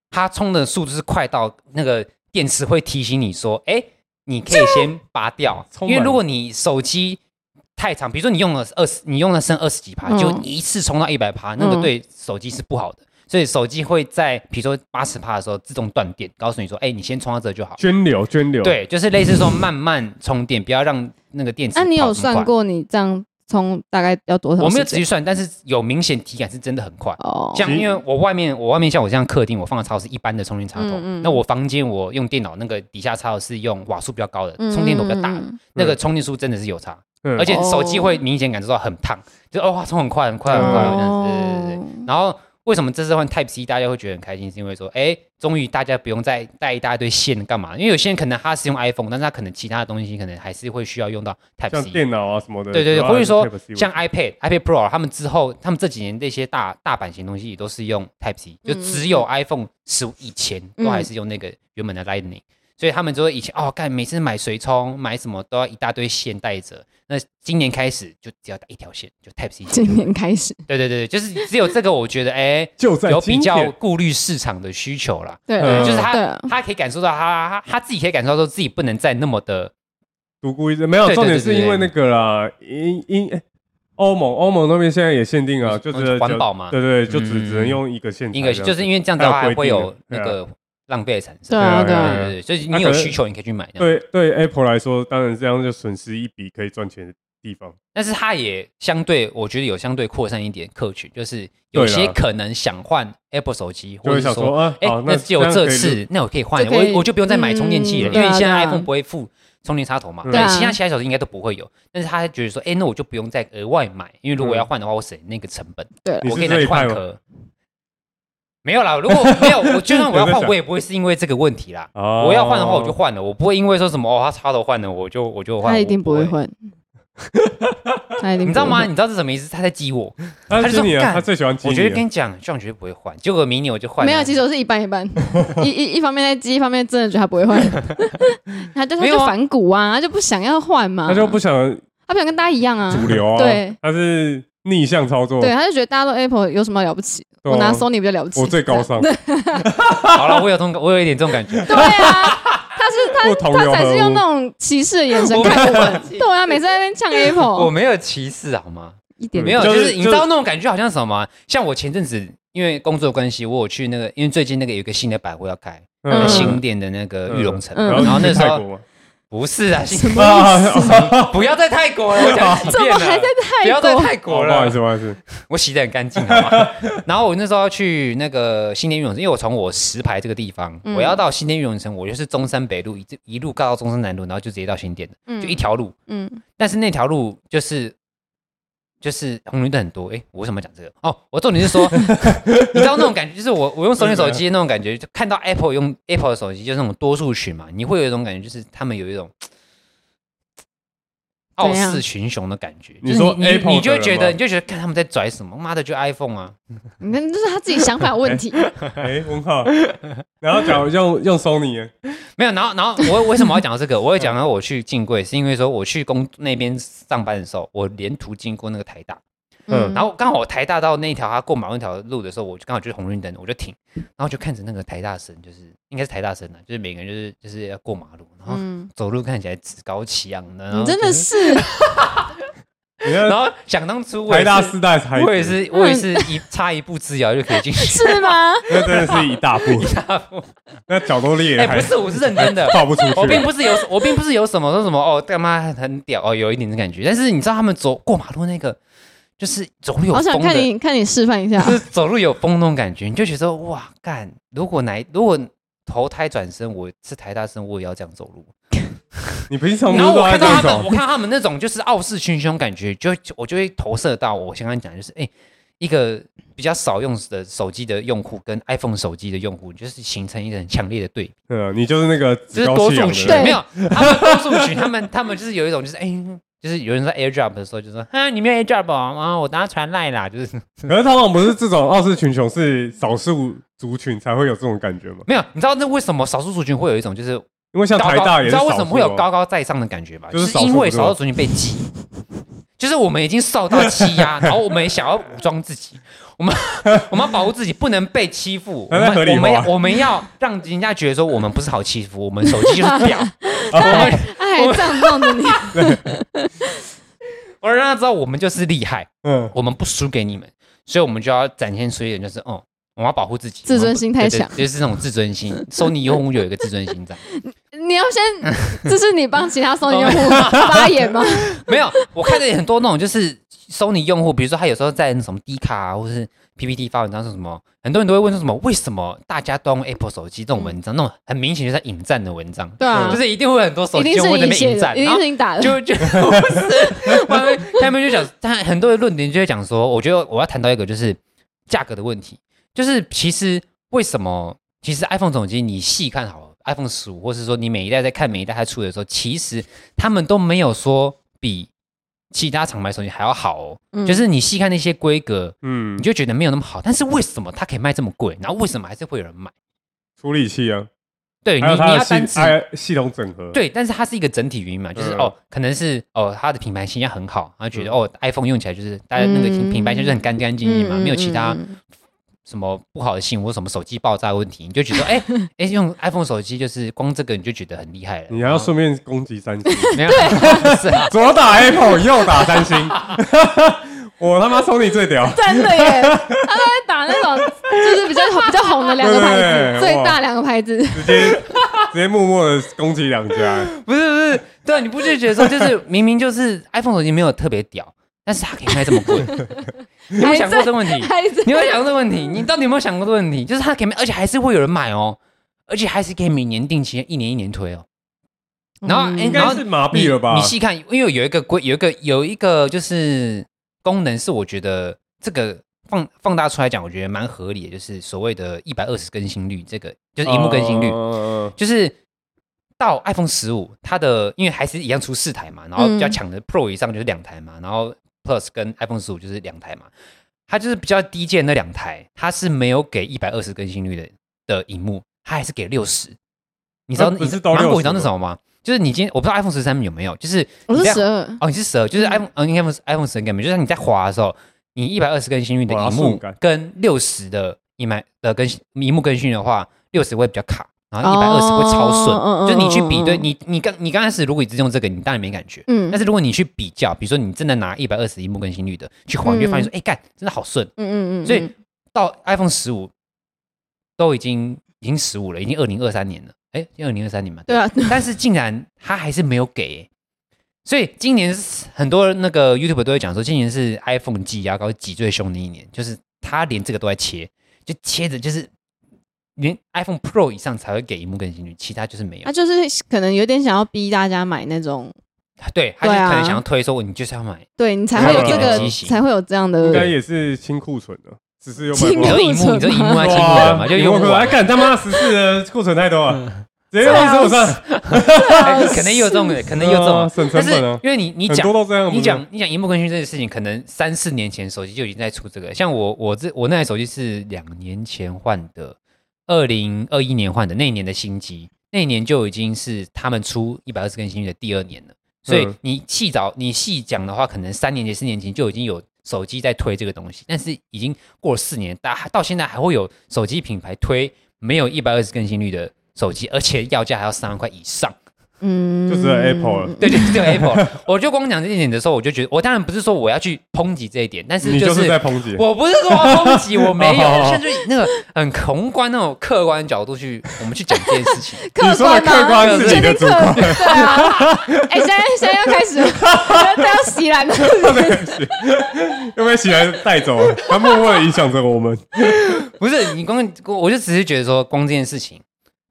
S1: 它充的速度是快到那个电池会提醒你说，哎，你可以先拔 掉，
S3: 充
S1: 因
S3: 满
S1: 为如果你手机太长，比如说你用了二十，你用了剩二十几趴，
S2: 嗯
S1: 就一次充到一百趴，那个
S2: 嗯
S1: 对手机是不好的。所以手机会在比如说八十趴的时候自动断电，告诉你说，哎、你先充到这就好。
S3: 涓流涓流，，
S1: 对，就是类似说慢慢充电，不要让那个电池。
S2: 那你有算？过你这样充大概要多少
S1: 我
S2: 时间？
S1: 没有仔细算，但是有明显体感是真的很快。
S2: 哦，
S1: 像
S3: 其实
S1: 因为我外面我外面像我这样客厅，我放的插头是一般的充电插头，
S2: 嗯嗯
S1: 那我房间我用电脑那个底下插头是用瓦数比较高的，
S2: 嗯
S1: 充电头比较大的，
S2: 嗯嗯哦嗯
S1: 那个充电数真的是有差，
S3: 嗯
S1: 而且手机会明显感受到很烫，就哦哇充很快很快很快，这样子对对对对。
S2: 哦
S1: 然后为什么这次换 Type C 大家会觉得很开心，是因为说，哎，终于大家不用再带一大堆线干嘛？因为有些人可能他是用 iPhone，但是他可能其他的东西可能还是会需要用到 Type
S3: 像
S1: C。
S3: 电脑啊什么的，
S1: 对对对，
S3: 主要
S1: 或者说
S3: 还是 Type C 为主
S1: 像 iPad、iPad Pro，他们之后，他们这几年这些大大版型东西也都是用 Type C，就
S2: 嗯
S1: 只有 iPhone 十五以前都还是用那个原本的 Lightning，、所以他们就会以前哦，干每次买随充买什么都要一大堆线带着，那今年开始就只要打一条线，就 Type C 线。
S2: 今年开始，
S1: 对对对，对就是只有这个，我觉得哎，
S3: 就在
S1: 有比
S3: 今
S1: 较
S3: 天
S1: 顾虑市场的需求啦。
S2: 对
S3: 嗯
S2: 啊，
S1: 就是
S2: 对
S1: 他
S2: 啊，
S1: 他可以感受到他，他他自己可以感受到说自己不能再那么的，
S3: 独孤一掷没有
S1: 对对
S3: 重点
S1: 对
S3: 是
S1: 对
S3: 因为那个啦，因因哎欧盟欧盟那边现在也限定啊，就只
S1: 嗯环保嘛
S3: 对对，就
S1: 嗯
S3: 只只能用一个线材这
S1: 应
S3: 样
S1: 该
S3: 子，
S1: 就是因为这样子的
S3: 还
S1: 话还
S3: 有
S1: 会
S3: 规定啊
S1: 有那个浪费的产生。
S2: 对啊，
S1: 对
S2: 对啊，
S1: 对对，所以
S3: 那
S1: 你有
S3: 可能
S1: 需求你可以去买。，
S3: 对对 Apple 来说，当然这样就损失一笔可以赚钱的地方。
S1: 但是它也相对，我觉得有相对扩散一点客群，就是有些
S3: 对啦
S1: 可能想换 Apple 手机，
S3: 就
S1: 或
S3: 会
S1: 者
S3: 想说
S1: 说，
S3: 啊，
S1: 哎
S3: 好，，
S1: 那只有这
S3: 样可以
S1: 次，那我可以换，
S2: 就可以
S1: 我我就不用再买充电器了，
S2: 嗯
S1: 因为
S2: 对啊
S1: 现在
S2: 对啊
S1: iPhone 不会附充电插头嘛，
S3: 嗯
S2: 对啊
S1: 其他其他手机应该都不会有。但是他觉得说，哎，那我就不用再额外买，因为如果
S3: 嗯
S1: 要换的话，我省那个成本。
S2: 对
S3: 你
S1: 我
S3: 是
S1: 可以拿
S3: 这
S1: 去
S3: 一派
S1: 换
S3: 吗
S1: 壳。没有啦，如果没有，我就算我 要
S3: 有在
S1: 换，
S3: 想
S1: 我也不会是因为这个问题啦。
S3: 哦
S1: 我要换的话，我就换了，我不会因为说什么哦，他插头换了，我就我就换。
S2: 他一
S1: 我
S2: 定不会。混，他一定
S1: 你知道吗？
S2: 不会
S1: 你
S2: 混？
S1: 知道这什么意思？他在激我，
S3: 他
S1: 就
S3: 激你
S1: 说
S3: 啊，
S1: 干
S3: 他最喜欢激你
S1: 我
S3: 了。
S1: 觉得跟你讲，这样绝对不会换。结果明年我就换了。
S2: 没有，其实我是一半一半， 一一一方面在激，一方面真的觉得他不会 换，他就他
S1: 没有
S2: 就
S1: 啊
S2: 反骨啊，他就不想要换嘛，
S3: 他就不 想
S2: 他不想跟大家一样啊，
S3: 主流啊，
S2: 对，
S3: 他是逆向操作，
S2: 对，他就觉得大家都 Apple 有什么了不起，
S3: 对啊
S2: 我拿 Sony 比较了不起，
S3: 我最高尚，
S1: 好了，我有 同感，我有一点这种感觉。
S2: 对啊，他是他
S3: 不同
S2: 他
S3: 流
S2: 才
S3: 合
S2: 是用那
S3: 污。
S2: 种歧视的眼神看我们，对啊，每次在那边呛
S1: 我
S2: Apple，
S1: 没有歧视好吗？
S2: 一哦点
S1: 没有，
S3: 就
S1: 就是是你知
S3: 就是
S1: 道那种感觉好像什么啊？像我前阵子因为工作关系，我有去那个，因为最近那个有一个新的百货要开，
S2: 嗯
S1: 新店的那个玉龙城，
S2: 嗯
S1: 然后那时
S3: 去泰
S1: 候
S3: 国嘛
S1: 不是啊，新
S2: 什么意思？
S3: 啊，
S1: 不要在泰国了，我讲几
S2: 怎
S1: 遍
S2: 么
S1: 了，
S2: 还在
S1: 不
S2: 泰
S1: 要在
S2: 国？
S1: 泰
S3: 哦
S1: 国
S3: 不好意
S1: 了
S3: 思，，不好意思，
S1: 我洗的很干净，好吗？ 然后我那时候要去那个新店运动城，因为我从我石牌这个地方，
S2: 嗯
S1: 我要到新店运动城，我就是中山北路一直一路告到中山南路，然后就直接到新店的，
S2: 嗯
S1: 就一条路。
S2: 嗯
S1: 但是那条路就是就是红绿灯很多，哎，我为什么讲这个？哦，我重点是说， 你知道那种感觉，就是我我用 Sony 手机那种感觉，就看到 Apple 用 Apple 的手机，就是那种多数群嘛，你会有一种感觉，就是他们有一种傲
S2: 怎样
S1: 视群雄的感觉。
S3: 你说
S1: 就是你
S3: Apple
S1: 你你就会
S3: 的人
S1: 觉
S3: 吗
S1: 得你就觉得看他们在拽什么，妈的就 iPhone 啊，
S2: 嗯你看，这是他自己想法问题。
S3: 哎，文浩， 然后假如用用 Sony，呢
S1: 没有，然后然后我我为什么要讲到这个？我会讲到我去进柜，是因为说我去工那边上班的时候，我沿途经过那个台大，
S2: 嗯，
S1: 然后刚好我台大到那一条他过马路那条路的时候，我就刚好就是红绿灯，我就停，然后就看着那个台大生，就是应该是台大生啊，就是每个人就是就是要过马路，然后
S2: 嗯，
S1: 走路看起来趾高气扬的，然后
S2: 你真的
S1: 就是
S2: 是
S3: 你看
S1: 然后想当初我
S3: 台
S1: 也
S3: 大
S1: 是
S3: 四代才，
S1: 我也是我也是一差一步之遥就可以进去，
S2: 是吗？
S3: 那真的是一大步， 那脚都裂
S1: 哎、
S3: 了，还
S1: 不是，我是认真的，
S3: 跨不出
S1: 我并
S3: 去。
S1: 不是有，我并不是有什么说什么哦，干嘛很屌哦，有一点的感觉。但是你知道他们走过马路那个，就是走路有
S2: 好
S1: 风
S2: 想
S1: 的，
S2: 看你看你示范一下
S1: 就，是走路有风那种感觉，你就觉得哇干，如果哪一如果投胎转身，我是台大生，我也要这样走路。
S3: 你平常不
S1: 然
S3: 是
S1: 后
S3: 都
S1: 我
S3: 在
S1: 看到
S3: 这
S1: 他们，
S3: 种
S1: 我？看到他们那种就是傲视群雄感觉，就就我就会投射到我刚刚讲，就是哎、一个比较少用的手机的用户跟 iPhone 手机的用户，就是形成一个很强烈的对比。
S3: 嗯，你就是那个
S1: 就
S3: 趾
S1: 是
S3: 高
S1: 多
S3: 气扬
S1: 数
S3: 的
S1: 群，
S2: 对
S3: 人，
S1: 没有他们多数群，他们他们就是有一种就是哎、就是有人在 airdrop 的时候就说啊你没有 airdrop 啊、啊我等下传赖啦，就是
S3: 可是他们不是这种傲视群雄，是少数族群才会有这种感觉吗？
S1: 没有，你知道那为什么少数族群会有一种就是
S3: 因为像
S1: 高高
S3: 台大也
S1: 你
S3: 是
S1: 知
S3: 少
S1: 道
S3: 数
S1: 为
S3: 啊
S1: 什么会有高高在上的感觉吧？
S3: 就是少数
S1: 因为
S3: 族群
S1: 少数族群被挤，就是我们已经受到欺压，然后我们也想要武装自己，我们 我们要保护自己，不能被欺负，我
S3: 还在合
S1: 们
S3: 理
S1: 我
S3: 化
S1: 们我们要让人家觉得说我们不是好欺负，我们手机就 是屌，我们
S2: 他还哎这样弄着 你，
S1: 我让他知道我们就是厉害。
S3: 嗯，
S1: 我们不输给你们，所以我们就要展现出一点，就是哦，我们要保护自己，
S2: 自尊心
S1: 对
S2: 太
S1: 对
S2: 强
S1: 就是这种自尊心。索尼用户有一个自尊心在，
S2: 你要先，这是你帮其他送用户发 言吗？
S1: 没有，我看了很多那种就是索尼用户，比如说他有时候在什么 D 卡啊，或是 PPT 发文章说什么，很多人都会问说什么，为什么大家都用 Apple 手机这种文章，那种很明显就在引战的文章，
S2: 对啊
S1: 就，是一定会有很多手
S2: 一
S1: 机
S2: 定
S1: 用
S2: 是
S1: 户在那
S2: 你
S1: 边
S2: 写
S1: 引
S2: 的，
S1: 战，
S2: 一
S1: 然后
S2: 定是你打 的，
S1: 就就不是，他们他们就讲，他很多的论点就会讲说，我觉得我要谈到一个就是价格的问题，就是其实为什么其实 iPhone 手机你细看好了，iPhone 十五，或是说你每一代在看每一代它出的时候，其实他们都没有说比其他厂牌手机还要好哦，
S2: 嗯
S1: 就是你细看那些规格，
S3: 嗯
S1: 你，就觉得没有那么好，但是为什么它可以卖这么贵，然后为什么还是会有人买？
S3: 处理器啊，
S1: 对你
S3: 还有
S1: 你
S3: 它
S1: 要
S3: 的
S1: 单
S3: 系
S1: 指
S3: 哎系统整合，，
S1: 对，但是它是一个整体原因嘛，就是、
S3: 嗯
S1: 哦，可能是哦，它的品牌形象很好，然后觉得、哦，iPhone 用起来就是大家那个品
S2: 嗯
S1: 品牌形象很干干净净嘛，
S2: 嗯
S1: 没有其他
S2: 嗯嗯
S1: 什么不好的新闻或什么手机爆炸问题，你就 觉得哎哎、用 iPhone 手机就是光这个你就觉得很厉害了。
S3: 你还要顺便攻击三星，
S1: 没有？是啊，
S3: 左打 Apple，右打三星，我他妈 Sony 最屌，
S2: 真的耶，他都在打那种就是比较比较红的两个牌子，
S3: 对对对
S2: 最大两个牌子，
S3: 直接直接默默的攻击两家，
S1: 不是不是，对啊，你不就觉得说就是明明就是 iPhone 手机没有特别屌，但是它可以卖这么 贵，你有没有想过这个问题？
S2: 牌子
S1: 你有没有想过这个问题？你到底有没有想过这个问题？就是它可以卖，而且还是会有人买哦，而且还是可以每年定期一年一年推哦。然后，哎、
S3: 应
S1: 然
S3: 该
S1: 后
S3: 是麻
S1: 你
S3: 痹了吧
S1: 你？细看，因为有一个规，有一个有一个就是功能是我觉得这个放放大出来讲，我觉得蛮合理的，就是所谓的一百二十更新率，这个就是荧幕更新率，
S3: 嗯
S1: 就是到 iPhone 十五，它的因为还是一样出四台嘛，然后比较
S2: 嗯
S1: 强的 Pro 以上就是两台嘛，然后 Plus 跟 iPhone 十五就是两台嘛，它就是比较低阶那两台，它是没有给一百二十更新率的的荧幕，它还是给六十。你知道
S3: 那啊不
S1: 你
S3: 是
S1: 知
S3: 到
S1: 芒果
S3: 60
S1: 你知道那什么吗？就是你今天我不知道 iPhone 十三有没有，就是
S2: 我
S1: 你
S2: 是
S1: 在
S2: 十二，
S1: 哦，你是十二，就是 iPhone，嗯，应该不是 iPhone 十应该没有，就是你在滑的时候，你一百二十更新率的
S3: 哇
S1: 荧
S3: 速
S1: 幕
S3: 感
S1: 跟六十的一买的更新荧幕更新的话，六十会比较卡，然后一百二十会超顺。
S2: 哦嗯嗯
S1: 就是你去比对，
S2: 嗯嗯
S1: 你你刚你刚开始如果只用这个，你当然没感觉。
S2: 嗯
S1: 但是如果你去比较，比如说你真的拿一百二十荧幕更新率的去滑，你就发现说，哎、干，真的好顺。
S2: 嗯嗯嗯嗯，
S1: 所以到 iPhone 十五都已经已经十五了，已经二零二三年了，哎、二零二三年嘛，
S2: 对啊，
S1: 但是竟然他还是没有给欸、所以今年是很多那个 YouTube 都会讲说，今年是 iPhone 啊挤牙膏挤最凶的一年，就是他连这个都在切，就切着就是连 iPhone Pro 以上才会给荧幕更新率，其他就是没有
S2: 他。就是可能有点想要逼大家买那种
S1: 对，他就
S2: 对啊
S1: 可能想要推说，你就是要买，
S2: 对你才会有这
S1: 还有
S2: 个
S1: 一点畸，形
S2: 才会有这样
S3: 应该
S2: 的。
S3: 也是清库存的，只是又卖
S2: 清
S3: 不
S1: 你
S3: 完
S1: 说荧幕，你
S2: 库
S1: 说
S2: 存
S1: 荧幕还清库
S3: 哇
S1: 存嘛，就用啊嗯
S3: 我
S1: 不
S3: 来
S1: 完，
S3: 干他妈十四的库存太多了，直接放手
S1: 啊
S3: 上，
S1: 哎 可能也有这种，可能也有这
S3: 啊
S1: 种，
S3: 省
S1: 但
S3: 成
S1: 是
S3: 本啊
S1: 因，为你你
S3: 很
S1: 讲
S3: 多都这样。
S1: 你
S3: 不是
S1: 讲你讲荧幕更新这件事情，可能三四年前手机就已经在出这个。像我我这我那台手机是两年前换的，二零二一年换的，那一年的新机，那一年就已经是他们出一百二十更新率的第二年了。所以
S3: 嗯
S1: 你细找你细讲的话，可能三年前四年前就已经有手机在推这个东西，但是已经过了四年，大家到现在还会有手机品牌推没有一百二十更新率的手机，而且要价还要三万块以上。
S2: 嗯，
S3: 就只有 Apple 了
S1: 对，就是这个 Apple。我就光讲这一点的时候，我就觉得，我当然不是说我要去抨击这一点，但是
S3: 你
S1: 嗯就
S3: 就是
S1: 是
S3: 在抨击，
S1: 我不是说要抨击，我没 有，
S3: 哦
S1: 现在就是那个很宏观那种客观角度去，我们去讲这件事情。
S2: 客
S3: 你说的
S2: 观
S3: 客
S2: 吗？
S3: 观是你的主观，
S2: 对啊，哎，现在现在要开始，这要洗蓝的，
S3: 要不要起来带走？他默默地影响着我们。
S1: 不是你光，我就只是觉得说，光这件事情，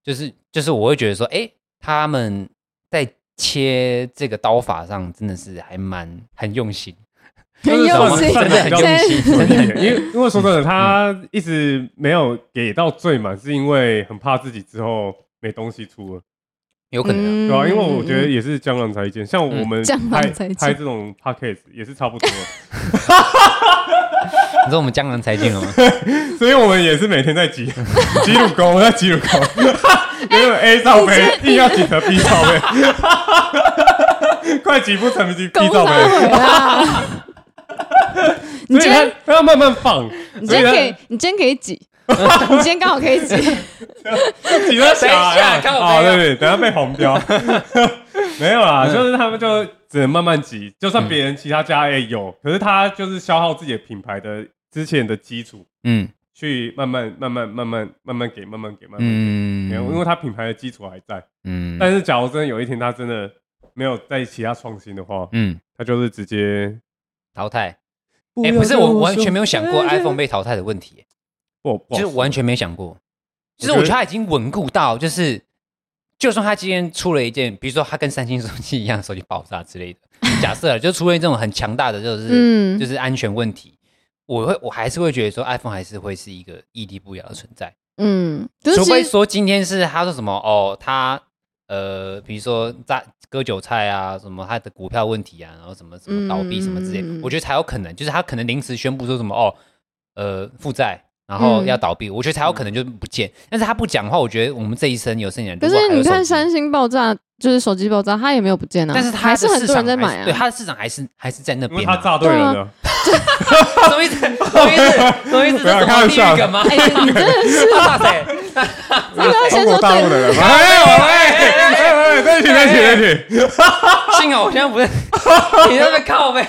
S1: 就是就是我会觉得说，哎，他们在切这个刀法上真的是还蛮很用心，
S2: 很
S1: 算
S2: 用
S1: 是
S2: 心，
S1: 算
S3: 算
S1: 是很用心，
S3: 因
S1: 真的很用心。
S3: 为因为说真的，他一直没有给到最满，是因为很怕自己之后没东西出了，
S1: 有可能啊。
S3: 对吧、因为我觉得 也是江郎才尽，像我们
S2: 嗯江郎
S3: 拍
S2: 才尽
S3: 拍这种 podcast 也是差不多，
S1: 你说我们江郎才尽了吗？
S3: 所以我们也是每天在挤挤乳沟，在挤乳沟，
S2: 哎
S3: 因为 A 罩杯硬要挤成 B 罩杯，快挤不成 B
S2: 工
S3: B 罩杯
S2: 商，会啊。你
S3: 所以
S2: 今天
S3: 他他要慢慢放，
S2: 你
S3: 所以
S2: 今天
S3: 他
S2: 可以，你今天可以 挤，你今天刚好可以挤。
S3: 挤到小
S1: 等一下
S3: 孩
S1: 靠
S3: 啊，
S1: 背
S3: 对
S1: 啊
S3: 对，等下被红标，没有啦，就是他们就只能慢慢挤，就算别人其他家也有，可是他就是消耗自己的品牌的之前的基础，
S1: 嗯
S3: 去慢慢慢慢慢慢慢慢给，慢慢给，慢慢给，
S1: 嗯
S3: 因为因为他品牌的基础还在。
S1: 嗯
S3: 但是假如真的有一天他真的没有在其他创新的话，
S1: 嗯
S3: 他就是直接
S1: 淘汰。哎、不是，我完全没有想过 iPhone 被淘汰的问题，
S3: 不不
S1: 就
S3: 好
S1: 是
S3: 说
S1: 完全没想过。就是
S3: 觉
S1: 我
S3: 得
S1: 觉得它已经稳固到，就是就算它今天出了一件，比如说它跟三星手机一样，手机爆炸之类的，假设啊就出现这种很强大的，就是、
S2: 嗯
S1: 就是安全问题，我会我还是会觉得说 iPhone 还是会是一个屹立不摇的存在。
S2: 嗯，就是
S1: 除
S2: 其
S1: 非
S2: 实
S1: 说今天是他说什么哦，他呃，比如说在割韭菜啊，什么他的股票问题啊，然后什么什么倒闭什么之类，
S2: 嗯
S1: 我觉得才有可能，就是他可能临时宣布说什么哦，呃，负债。然后要倒闭，我觉得才有可能就不见。但是他不讲的话，我觉得我们这一生有生以来，
S2: 可
S1: 如果还
S2: 是
S1: 有
S2: 你
S1: 手
S2: 看
S1: 机
S2: 三星爆炸，就是手机爆炸，它也没有不见啊，
S1: 但是他
S2: 还是很多人在买啊。
S1: 对他的市场还是还是在那
S3: 因为他
S1: 边啊。
S3: 炸对人了，
S1: 什 么意思？什么意思？什么意思？
S3: 没有
S1: 这是什
S3: 开
S1: 么
S3: 玩
S1: 地
S3: 笑
S1: 狱梗吗？
S2: 哎，你真的是，
S1: 哇塞！
S2: 你都要
S3: 中
S2: 先
S3: 国
S2: 说
S3: 大陆的
S2: 对，
S3: 人吗，哎呦哎哎哎，对不起对不起对不起。
S1: 幸好我现 在不是你在那边靠背啊。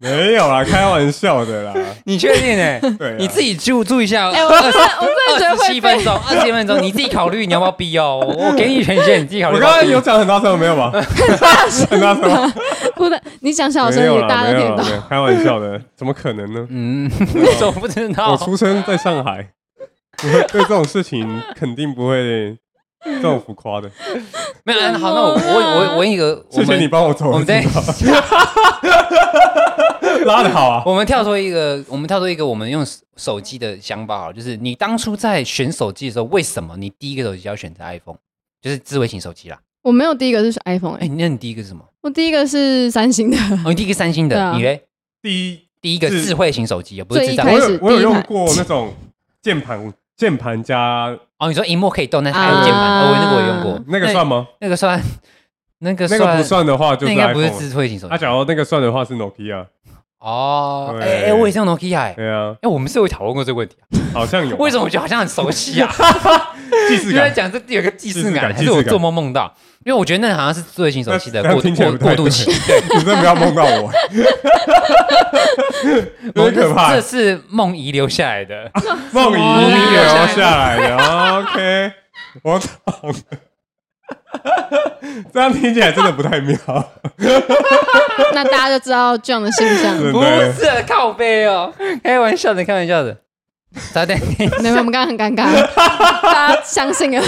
S3: 没有啦，开玩笑的啦。
S1: 你确定哎、
S3: 对啊
S1: 你自己注注意一下，
S2: 哎，我真的我真的觉
S1: 二
S2: 得
S1: 十七
S2: 会
S1: 分
S2: 被，
S1: 钟，二十七分钟，你自己考虑你要不要逼哦。我我给你权限，你自己考
S3: 我
S1: 虑
S3: 刚
S1: 要不要
S3: 刚
S1: 逼。
S3: 有讲很大声，没有吧？很大声吗，
S2: 不对，你讲小声
S3: 没有
S2: 一
S3: 啦，
S2: 点，大家
S3: 没
S2: 都
S3: 有
S2: 听
S3: 啦，
S2: 到
S3: 没。有，开玩笑的，怎么可能呢？
S1: 嗯， 你怎么不知
S3: 我
S1: 道？
S3: 出生在上海， 对这种事情肯定不会这种浮夸的。
S1: 没有，好，那我我我我问一个，我
S3: 谢谢
S1: 们
S3: 你帮我
S1: 我
S3: 走
S1: 们再
S3: 了， 拉的好啊！
S1: 我们跳脱一个，我们跳脱一个，我们用手机的想法好了，就是你当初在选手机的时候，为什么你第一个手机要选择 iPhone？就是智慧型手机啦。
S2: 我没有第一个是 iPhone，
S1: 哎、
S2: 哎，
S1: 那你第一个是什么？
S2: 我第一个是三星的，
S1: 哦，你第一个三星的，
S2: 对啊
S1: 你嘞？
S3: 第一，
S1: 第一个
S3: 是
S1: 智慧型手机，而不是
S2: 最
S1: 智
S2: 一
S1: 障
S3: 我
S2: 开始
S1: 手机。
S3: 有我有
S2: 第一
S3: 用
S2: 排
S3: 过那种键盘键盘加
S1: 哦，你说荧幕可以动，但是还有键盘，
S2: 啊
S1: 哦，我那个我用过。
S3: 那个算吗？
S1: 那个算，那个
S3: 那
S1: 算，
S3: 个不算的话，就是
S1: 那应该不是
S3: iPhone。
S1: 智慧型手
S3: 啊，
S1: 机。
S3: 假如那个算的话是 Nokia，
S1: 哦，
S3: 对
S1: 哎哎，我也是用 Nokia 哎，
S3: 对啊，
S1: 哎，我们是有讨论过这个问题啊？
S3: 好像有。
S1: 为什么我觉得好像很熟悉啊？
S3: 既
S1: 就
S3: 视
S1: 在
S3: 感？
S1: 讲这有个既视
S3: 既视
S1: 感，
S3: 感
S1: 还是我做梦梦到？因为我觉得那好像是智慧型手机的
S3: 那
S1: 过
S3: 那听起来
S1: 过
S3: 不太
S1: 过渡期，对，
S3: 你真的不要梦到 我， 有点可怕
S1: 哦这。是梦遗留下来的。
S3: 梦遗留下来的，OK，我懂了。 这样听起来真的不太妙，
S2: 那大家就知道这样的现 象。
S3: 真
S1: 不
S3: 的。
S1: 是靠背哦，开玩笑的，开玩笑的。炸弹电
S2: 没有，我们刚刚很尴尬，大家相信了，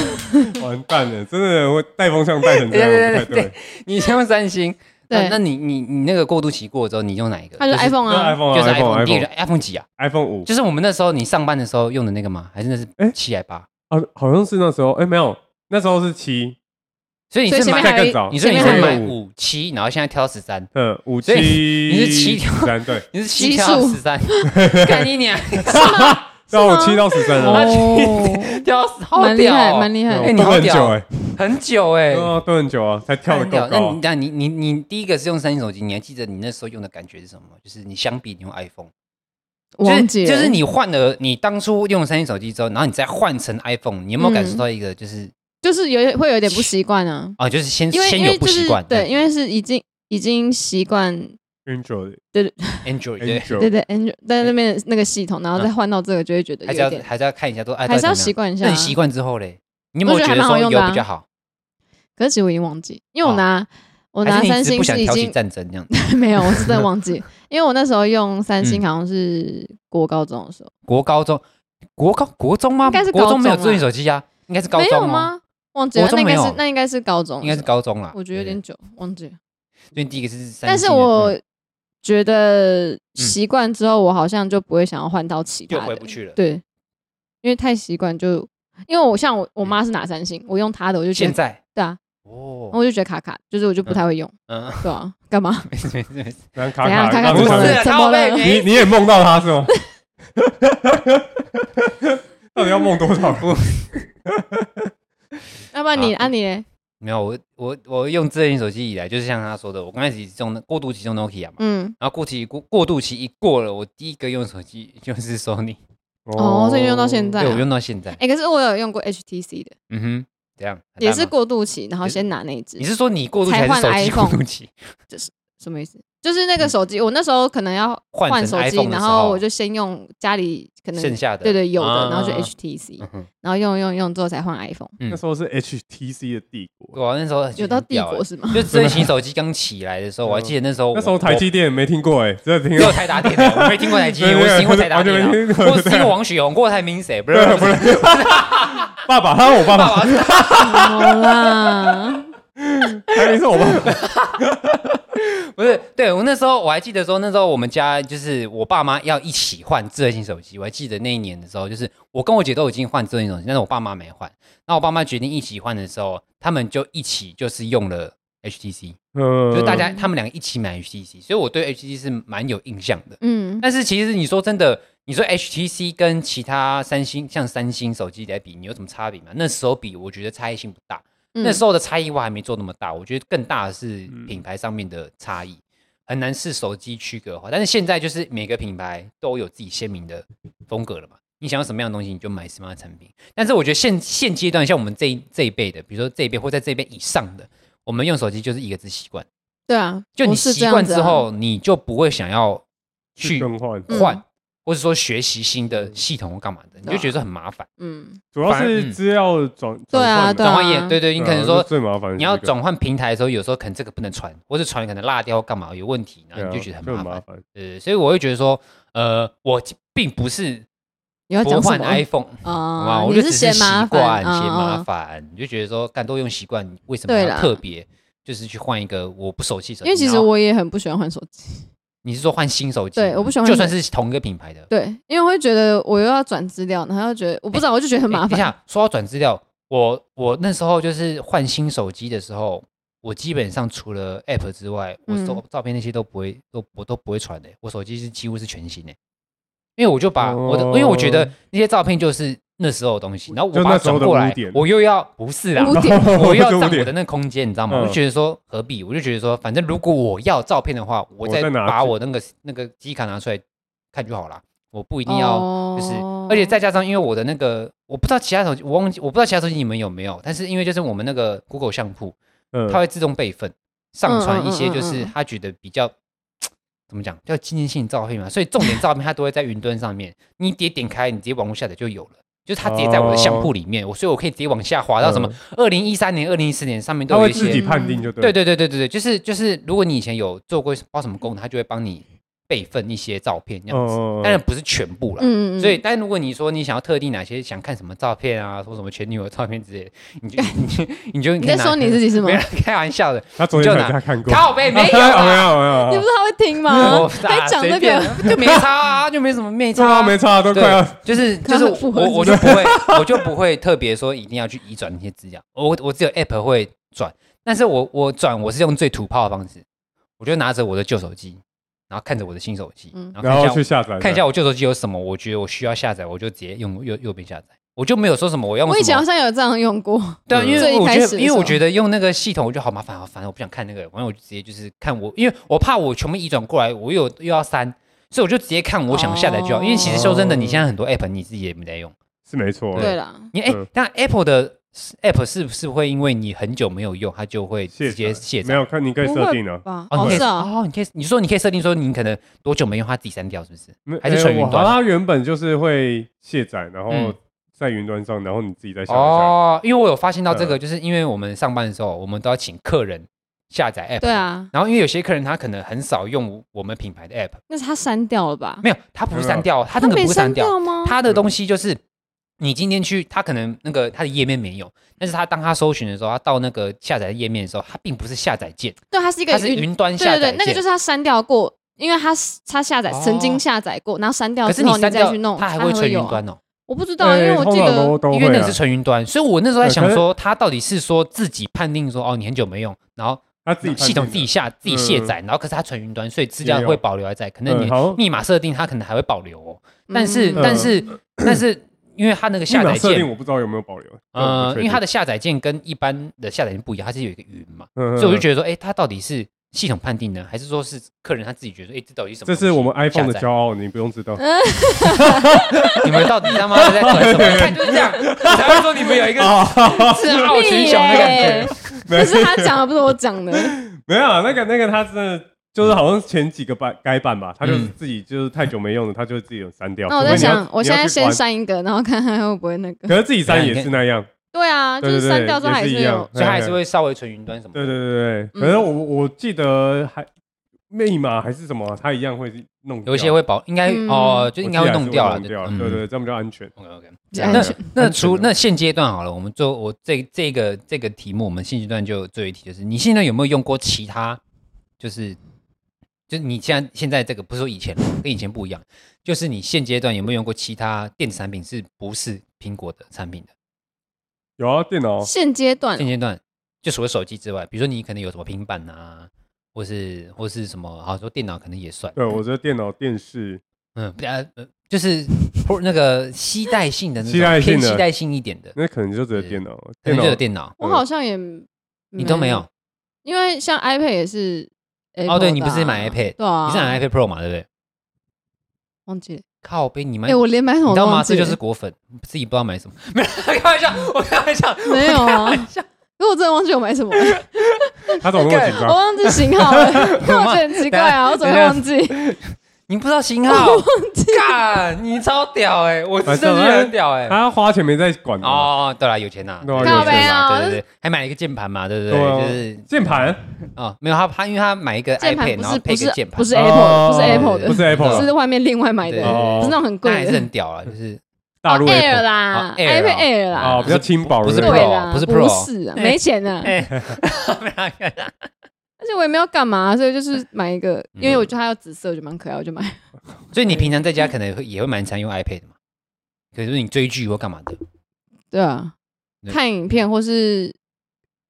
S3: 完蛋了，真的我带风向带成这
S1: 对
S3: 样，不
S1: 对对
S3: 太
S1: 对
S3: 对
S1: 对。，你先用三星。
S2: 对
S1: 那那你你你那个过渡期过之后，你用哪一个？
S2: 他就 iPhone
S3: 那
S2: 啊，
S3: iPhone
S1: 就是
S3: 啊
S1: iPhone，第一个
S3: iPhone
S1: iPhone 几啊？
S3: iPhone 五
S1: 就是我们那时候你上班的时候用的那个吗？还是那
S3: 哎
S1: 是七还八？
S3: 啊，好像是那时候，哎，没有，那时候是七，
S1: 所以你
S2: 所以
S1: 是
S2: 前面
S1: 买，
S2: 还有
S3: 更
S2: 一
S3: 早
S1: 你说你
S2: 前面
S1: 是
S2: 还
S1: 买
S3: 有
S1: 五七，然后现在挑十三，
S3: 嗯，五七
S1: 所以你是七条
S3: 十三， 对，
S1: 你是七
S2: 奇
S1: 挑
S2: 数
S1: 十三，看你 俩
S3: 那啊我七到十三了，
S2: 哦，
S1: 挑10好
S2: 蛮厉
S1: 屌
S2: 害，
S1: 哦
S2: 蛮厉害
S3: 对
S1: 哎
S3: 我
S2: 的。
S1: 你
S3: 蹲
S1: 好
S3: 很久
S1: 屌
S3: 哎，
S1: 很久哎
S3: 对，啊，蹲很久啊，才跳得
S1: 很屌。
S3: 够
S1: 那
S3: 高
S1: 你。那你你你你第一个是用三星手机，你还记得你那时候用的感觉是什么吗？就是你相比你用 iPhone。
S2: 忘记了
S1: 就是就是你换了，你当初用三星手机之后，然后你再换成 iPhone，你有没有感
S2: 嗯
S1: 受到一个就是、
S2: 就是有会有点不习惯啊，
S1: 哦，就是先
S2: 因为
S1: 先
S2: 因
S1: 有
S2: 为
S1: 不
S2: 就是
S1: 习惯，嗯
S2: 对，因为是已经已经习惯
S3: Android，
S1: Android
S3: Android，
S1: 对，
S2: 对对 a n d 在那边的那个系统，然后再换到这个就会觉
S1: 嗯
S2: 得
S1: 还
S2: 嗯有
S1: 是
S2: 一
S1: 要
S2: 点，
S1: 还是要看一下都哎，
S2: 还是要
S1: 到底怎么样
S2: 习惯一下啊
S1: 那你习惯之后嘞，你有没有
S2: 我觉得
S1: 觉
S2: 还
S1: 得
S2: 蛮
S1: 说
S2: 好
S1: 有
S2: 用的啊
S1: 比较好？
S2: 可是其实我已经忘记，因为我拿我
S1: 哦还
S2: 拿
S1: 是你
S2: 三
S1: 只是
S2: 星
S1: 不想
S2: 是已
S1: 挑起
S2: 经
S1: 战争嗯这样？
S2: 没有，我是真的 忘记，因为我那时候用三星好像是国高中的时候，
S1: 国高中国高国中吗？
S2: 应该是
S1: 国
S2: 高中
S1: 没有
S2: 啊
S1: 智能手机啊，应该是高
S2: 没有
S1: 中？
S2: 吗？忘记了，
S1: 国
S2: 那
S1: 中
S2: 应
S1: 没
S2: 该
S1: 有
S2: 是那应该是高中，
S1: 应该是，高中啦，啊
S2: 我觉得有点
S1: 对，
S2: 久，忘记了。
S1: 对所以第一个是三
S2: 但
S1: 星
S2: 是
S1: 的，
S2: 我
S1: 嗯
S2: 觉得习惯之后，我好像就不会想要换到其
S1: 又
S2: 他
S1: 回
S2: 的
S1: 不，去了。
S2: 对，因为太习惯就。因为我像我我妈是拿三星，我用她的我就觉
S1: 嗯现
S2: 得
S1: 在
S2: 对啊，然后
S1: 哦，
S2: 我就觉得卡卡，就是我就不太会用，
S1: 嗯，
S2: 对啊，干嘛？
S1: 没事没事没事，
S3: 然后卡
S2: 等一下
S3: 卡，
S2: 卡
S3: 然
S2: 卡
S3: 后
S2: 怎么
S1: 不是
S3: 想
S1: 啊
S2: 了？怎么了
S1: 靠？
S3: 你你也梦到他是 吗？到底要梦多少？
S2: 要不然你
S1: 啊
S2: 啊你嘞，
S1: 没有我我我用智能手机以来，就是像他说的，我刚开始用的过渡期用 Nokia 嘛，
S2: 嗯，
S1: 然后过期过过渡期一过了，我第一个用手机就是 Sony，
S2: 哦所以用到现在啊
S1: 对我用到现在。
S2: 哎，可是我有用过 HTC 的，
S1: 嗯哼，这样很
S2: 也
S1: 烂
S2: 是
S1: 吗
S2: 过渡期，然后
S1: 也是
S2: 先拿那一只
S1: 你，是说你过渡期还是
S2: 才
S1: 手
S2: 换
S1: 机
S2: iPhone
S1: 过渡期？
S2: 什么意思？就是那个手机，我那时候可能要
S1: 嗯换
S2: 换
S1: 成
S2: 手
S1: iPhone
S2: 机
S1: 的时，候
S2: 然后我就先用家里可能
S1: 剩下的
S2: 对对有
S1: 啊
S2: 的，然后就 HTC，
S1: 嗯哼
S2: 然后用用用之后才换 iPhone，
S3: 那时候是 HTC 的帝国，
S1: 我那时候
S2: 有到帝国嗯 是吗？
S1: 就智能型手机刚起来的时候，我还记得那时候
S3: 那时候台积电也没听过哎，只有听
S1: 我。只有台达电脑，我没听过 台积电，
S3: 对
S1: 我
S3: 对
S1: 是听过台达
S3: 完全
S1: 电脑
S3: 没听，过
S1: 我是听过王雪红，过台明谁？不是
S3: 对，不
S1: 是，
S3: 是爸爸，他是我爸
S1: 爸
S3: 爸，
S1: 爸
S2: 怎么啦？
S3: 台明是我爸 爸。
S1: 不是，对我那时候我还记得说，那时候我们家就是我爸妈要一起换智能型手机。我还记得那一年的时候，就是我跟我姐都已经换智能型手机，但是我爸妈没换。那我爸妈决定一起换的时候，他们就一起就是用了 HTC，
S3: 嗯
S1: 就是大家他们两个一起买 HTC，所以我对 HTC 是蛮有印象的。
S2: 嗯，
S1: 但是其实你说真的，你说 HTC 跟其他三星像三星手机来比，你有什么差别吗？那时候比，我觉得差异性不大。那时
S2: 候
S1: 候的差异化还没做那么大，我觉得更大的是
S2: 嗯
S1: 品牌上面的差异，很难是手机区隔化。但是现在就是每个品牌都有自己鲜明的风格了嘛，你想要什么样的东西你就买什么样的产品。但是我觉得现现阶段像我们这一这一辈的，比如说这一辈或在这一辈以上的，我们用手机就是一个字习惯，
S2: 对啊，
S1: 就你
S2: 我是
S1: 习
S2: 这样
S1: 惯
S2: 子
S1: 之
S2: 啊，
S1: 后，你就不会想要
S3: 去
S1: 去
S3: 更换，
S2: 嗯啊
S1: 换，或者说学习新的系统或干嘛的，你就觉得很麻烦。
S2: 嗯，
S3: 主要
S1: 反而
S3: 是
S1: 嗯
S3: 资料转
S2: 对啊
S1: 转
S3: 转换嘛
S1: 换也对对，你可能说
S3: 啊这最麻烦的是这个，
S1: 你要转换平台的时候，有时候可能这个不能传，或是传可能落掉干嘛有问题，然
S3: 对啊，
S1: 后你就觉得
S3: 就
S1: 很麻
S3: 麻
S1: 烦。
S3: 烦。
S1: 对，所以我会觉得说，呃，我并不是
S2: 你要
S1: 不
S2: 讲什
S1: 换
S2: 么
S1: iPhone，好吗？
S2: 啊？
S1: 我就
S2: 你
S1: 只
S2: 嫌
S1: 习
S2: 麻
S1: 惯，
S2: 烦，
S1: 嫌麻
S2: 啊，
S1: 烦，你就觉得说，干都用习惯，你为什么
S2: 对
S1: 要
S2: 啦
S1: 特别就是去换一个我不熟悉手机？
S2: 因为其实
S1: 然后
S2: 我也很不喜欢换手机，
S1: 你是说换新手机吗？
S2: 对我不喜欢
S1: 就
S2: 换
S1: 算是同一个品牌的，
S2: 对，因为我会觉得我又要转资料，然后又觉得我不知道，我就觉得很
S1: 欸
S2: 麻
S1: 等一
S2: 烦。
S1: 下，说到转资料，我我那时候就是换新手机的时候，我基本上除了 App 之外，我
S2: 嗯
S1: 照照片那些都不会，都我都不会传的、我手机是几乎是全新的、因为我就把我的，因为我觉得那些照片就是那时候的东西，然后
S3: 哦就
S1: 我把它
S3: 那时
S1: 转
S3: 候的
S1: 过来
S3: 污点，
S1: 我又要不是啦，
S2: 污点
S1: 我又 要
S3: 就
S1: 占
S3: 有
S1: 我
S3: 点
S1: 的那个空间，你知道吗？我
S3: 嗯
S1: 就觉得说何必？我就觉得说，反正如果我要照片的话，我
S3: 我
S1: 再
S3: 再拿
S1: 把
S3: 去
S1: 我那个那个机卡拿出来看就好了，我不一定要。就是
S2: 哦，
S1: 而且再加上因为我的那个，我不知道其他手机，我忘记，我不知道其他手机你们有没有，但是因为就是我们那个 Google 相簿，
S3: 嗯，
S1: 它会自动备份，上传一些
S2: 嗯嗯嗯嗯
S1: 就是
S2: 嗯
S1: 它觉得比较。怎么讲叫纪念性照片嘛，所以重点照片它都会在云端上面，你一点点开，你直接网络下载就有了，就是它直接在我的相簿里面，我所以我可以直接往下滑到什么
S3: 哦嗯
S1: 二零一三年、二零一四年上面都
S3: 他
S1: 有
S3: 会
S1: 一
S3: 自己
S1: 些，
S3: 判定就
S1: 对
S3: 对。
S1: 对对对对对，就是就是，如果你以前有做过不知道什么功能，它就会帮你备份一些照片
S3: 嗯
S1: 这样子，
S4: 哦
S1: 当然不是全部啦。
S2: 嗯嗯，
S1: 哎所以，但如果你说你想要特定哪些想看什么照片啊，说什么前女友照片之类的，你就 你就你就
S2: 你在说你自
S1: 己
S2: 己是吗
S1: 没有？开玩笑的，
S3: 他昨天有他看过，
S1: 靠背没有
S3: 啊没
S1: 啦。
S3: 有没有哦没
S2: 你不
S3: 有
S2: 是他会听 吗？
S1: 我
S2: 还嗯讲
S1: 随
S2: 那
S1: 便
S2: 个，
S1: 就没差啊，就没什么没差
S3: 对啊，
S1: 啊，
S3: 没差，都
S1: 对，
S3: 快要
S1: 就是
S2: 可
S1: 就是是
S2: 很符合
S1: 我我就不会 我就不会特别说一定要去移转那些资料，我我只有 app 会转，但是我我转我是用最土炮的方式，我就拿着我的旧手机，然后看着我的新手机，
S2: 嗯
S1: 然
S3: 然
S1: 后
S3: 后
S1: 啊看一
S3: 去
S1: 下
S3: 下载
S1: 我看一下我旧手机有什么，我觉得我需要下载，我就直接用右右边下载，我就没有说什么我用
S2: 我以前
S1: 什
S2: 好
S1: 么。
S2: 像有这样用 过，
S1: 对啊，因为
S2: 最
S1: 我
S2: 一开
S1: 觉
S2: 始
S1: 得，
S2: 的
S1: 因为
S2: 时
S1: 我
S2: 候
S1: 觉得用那个系统，我就好麻烦，好烦，我不想看那个，完了我就直接就是看我，因为我怕我全部移转过来，我又有又要删，所以我就直接看我想下载
S3: 哦
S1: 就好。因为其实说真的，你现在很多 app 你自己也没在用，
S3: 是没错，
S2: 对啦，
S1: 你哎
S3: 嗯，
S1: 那 Apple 的 s- App 是不是会因为你很久没有用，它就会直接卸
S3: 没
S1: 载？
S3: 有看你可以设定啊，
S2: 吧？
S1: 你
S2: 哦
S1: 可以
S2: 是啊，
S1: 哦，你可以，你说你可以设定说你可能多久没用，它自己删掉，是不是？
S3: 没
S1: 还是纯
S3: 哎
S1: 云
S3: 我好像
S1: 端？
S3: 它原本就是会卸载，然后
S1: 嗯
S3: 在云端上，然后你自己再下载。
S1: 哦，因为我有发现到这个，
S3: 嗯
S1: 就是因为我们上班的时候，我们都要请客人下载 App。
S2: 对。啊，
S1: 然后因为有些客人他可能很少用我们品牌的 App，
S2: 那是他删掉了吧？
S1: 没有，他不是删
S3: 嗯
S1: 掉，他那个
S2: 没
S1: 不是删
S2: 删啊
S1: 掉，
S2: 吗？
S1: 他的东西就是你今天去，他可能那个他的页面没有，但是他当他搜寻的时候，他到那个下载的页面的时候，它并不是下载键，
S2: 对，它是一个
S1: 它是云端下
S2: 对
S1: 载
S2: 对
S1: 键。
S2: 对，那个就是他删掉过，因为他他下载
S1: 哦
S2: 曾经下载过，然后删掉
S1: 可是
S2: 之
S1: 你
S2: 后
S1: 删
S2: 再
S1: 掉
S2: 去弄，
S1: 它
S2: 还
S1: 还会存
S2: 有
S1: 云
S2: 啊
S1: 端哦，
S2: 我不知道，因为我记
S3: 哎通常都
S2: 得
S3: 都
S1: 因为
S3: 会
S1: 那
S3: 啊
S1: 只是存云端，所以我那时候在想
S3: 对可
S1: 说，它到底是说自己判定说哦你很久没用，然后
S3: 它自己判定的嗯
S1: 系统自己下自己卸载，然后可是它存云端，所以资料
S3: 也有
S1: 会保留还在，可能
S3: 嗯
S1: 你
S3: 好像
S1: 密码设定它可能还会保留哦，但是
S2: 嗯
S1: 但是但是因为它那个下
S3: 密码
S1: 载
S3: 设定
S1: 键。
S3: 我不嗯知道有没有保留，
S1: 呃，因为它
S3: 的，
S1: 的下载键跟一般的下载键不一样，它是有一个云嘛，
S3: 嗯
S1: 所以我就
S3: 得
S1: 觉得说，哎，它到底是系统判定呢，还是说是客人他自己觉得，哎，这到底是什么
S3: 这
S1: 东西？
S3: 是我们 iPhone 的
S1: 下载
S3: 骄傲，你不用知道。
S2: 嗯
S1: 你们到底他妈的在等什么？你看就是这样，你才会说你们有一个
S3: 哦
S1: 自傲群雄的感觉。
S2: 可欸是他讲的不是我讲的，
S3: 没有啊，那个那个，他真的就是好像前几个版改版吧，他
S1: 嗯
S3: 就是自己就是太久没用了，他就自己有删掉。
S2: 那我
S3: 除
S2: 在
S3: 非你要
S2: 想，我现在先，删一个，然后看看会不会那
S3: 你要去关可
S2: 个。
S3: 是自己删也是那样，
S2: 对啊，就
S3: 对对
S2: 是
S3: 对，
S2: 删掉之后还
S3: 也是一样
S2: 有，，
S1: 所以他还是
S3: 嘿。
S1: 会稍微存云端什么
S3: 嘿对
S1: 的。
S3: 对对对，
S2: 嗯
S3: 可是我我记得还密码还是什么，他一样会弄掉，
S1: 有一些会保，应该
S2: 嗯
S1: 哦，就应嗯该会
S3: 我记得还是
S1: 弄掉了。
S3: 弄掉，嗯对对，这样比较安全。
S1: OK OK。
S2: 这
S3: 嗯
S1: 那
S2: 样
S1: 那那
S3: 安全
S1: 除
S3: 的
S1: 那现阶段好了，我们做我这这个这个题目，我们现阶段就做一题，就是你现在有没有用过其他，就是就是你现在现在这个不是说以前跟以前不一样，就是你现阶段有没有用过其他电子产品是不是苹果的产品的？
S3: 有啊，电脑
S2: 现阶段
S1: 哦现阶段就除了手机之外，比如说你可能有什么平板啊，或是或是什么，好说电脑可能也算，
S3: 对，我觉得电脑、电视，
S1: 嗯，不呃呃就是或那个携带性的那种，
S3: 携带性的
S1: 偏携带性一点的，
S3: 那可能就只有电脑，
S1: 可
S3: 电
S1: 能
S3: 脑
S1: 就有电脑，
S2: 我好像也嗯
S1: 你都没有，，哦
S2: 因为像 iPad 也是 Apple 的啊。
S1: 对你不是买 iPad，
S2: 对啊，
S1: 你是买 iPad Pro 嘛，对不对？
S2: 忘记了。
S1: 靠背，你买
S2: 哎，我连买什
S1: 你
S2: 么
S1: 知
S2: 都
S1: 道
S2: 忘
S1: 吗？
S2: 记
S1: 这
S2: 了，
S1: 就是果粉，自己不知道买什么， 没有开玩笑，我开玩笑，
S2: 没有啊。可是我真的忘记我买什么了，
S3: 他怎么那么紧
S2: 我
S3: 张？
S1: 哦
S2: 忘记型号了，因为我觉得很奇怪啊，我怎么会忘记？
S1: 你不知道型号，干，你超屌哎，我
S3: 啊
S1: 真的觉得很屌哎。
S3: 他花钱没在管哦。
S1: 哦，对了，有钱呐，
S3: 啊对啊
S1: 有
S3: 靠
S1: 钱
S2: 北
S1: 嘛，
S2: 啊
S1: 对对对，还买了一个键盘嘛，对不
S3: 对啊
S1: 对？就是
S3: 键盘
S1: 哦，没有他他，因为他买一个
S2: 键盘
S1: iPad，
S2: 不
S1: 然后
S2: 是
S1: 配
S2: 不
S1: 一个
S2: 是
S1: 键盘，
S2: 不是
S3: 哦
S2: Apple 不是 Apple
S1: 对
S2: 的
S3: 不，是 Apple，
S2: 是外面另外买的，
S1: 对
S3: 哦
S2: 不是那种很
S1: 那
S2: 贵
S1: 还是
S2: 的
S1: 很。屌啊，就是
S3: 大陆
S2: Air
S3: Apple
S2: 啦
S1: 哦，Air
S2: ，iPad
S1: 哦
S2: Air 啦，
S3: 哦，比较轻薄，
S1: 不是
S3: 对
S2: 对
S1: Pro
S2: 啦，
S1: 不是 Pro
S2: 不是啊，没钱啊，
S1: 哎， 没啊
S2: 而且我也没有干嘛，啊所以就是买一个，
S1: 嗯
S2: 因为我觉得它有紫色，我觉得蛮可爱，我就买。
S1: 所以你平常在家可能会也会蛮常用 iPad 的嘛，可是你追剧或干嘛的，
S2: 对啊，
S1: 对
S2: 看影片或是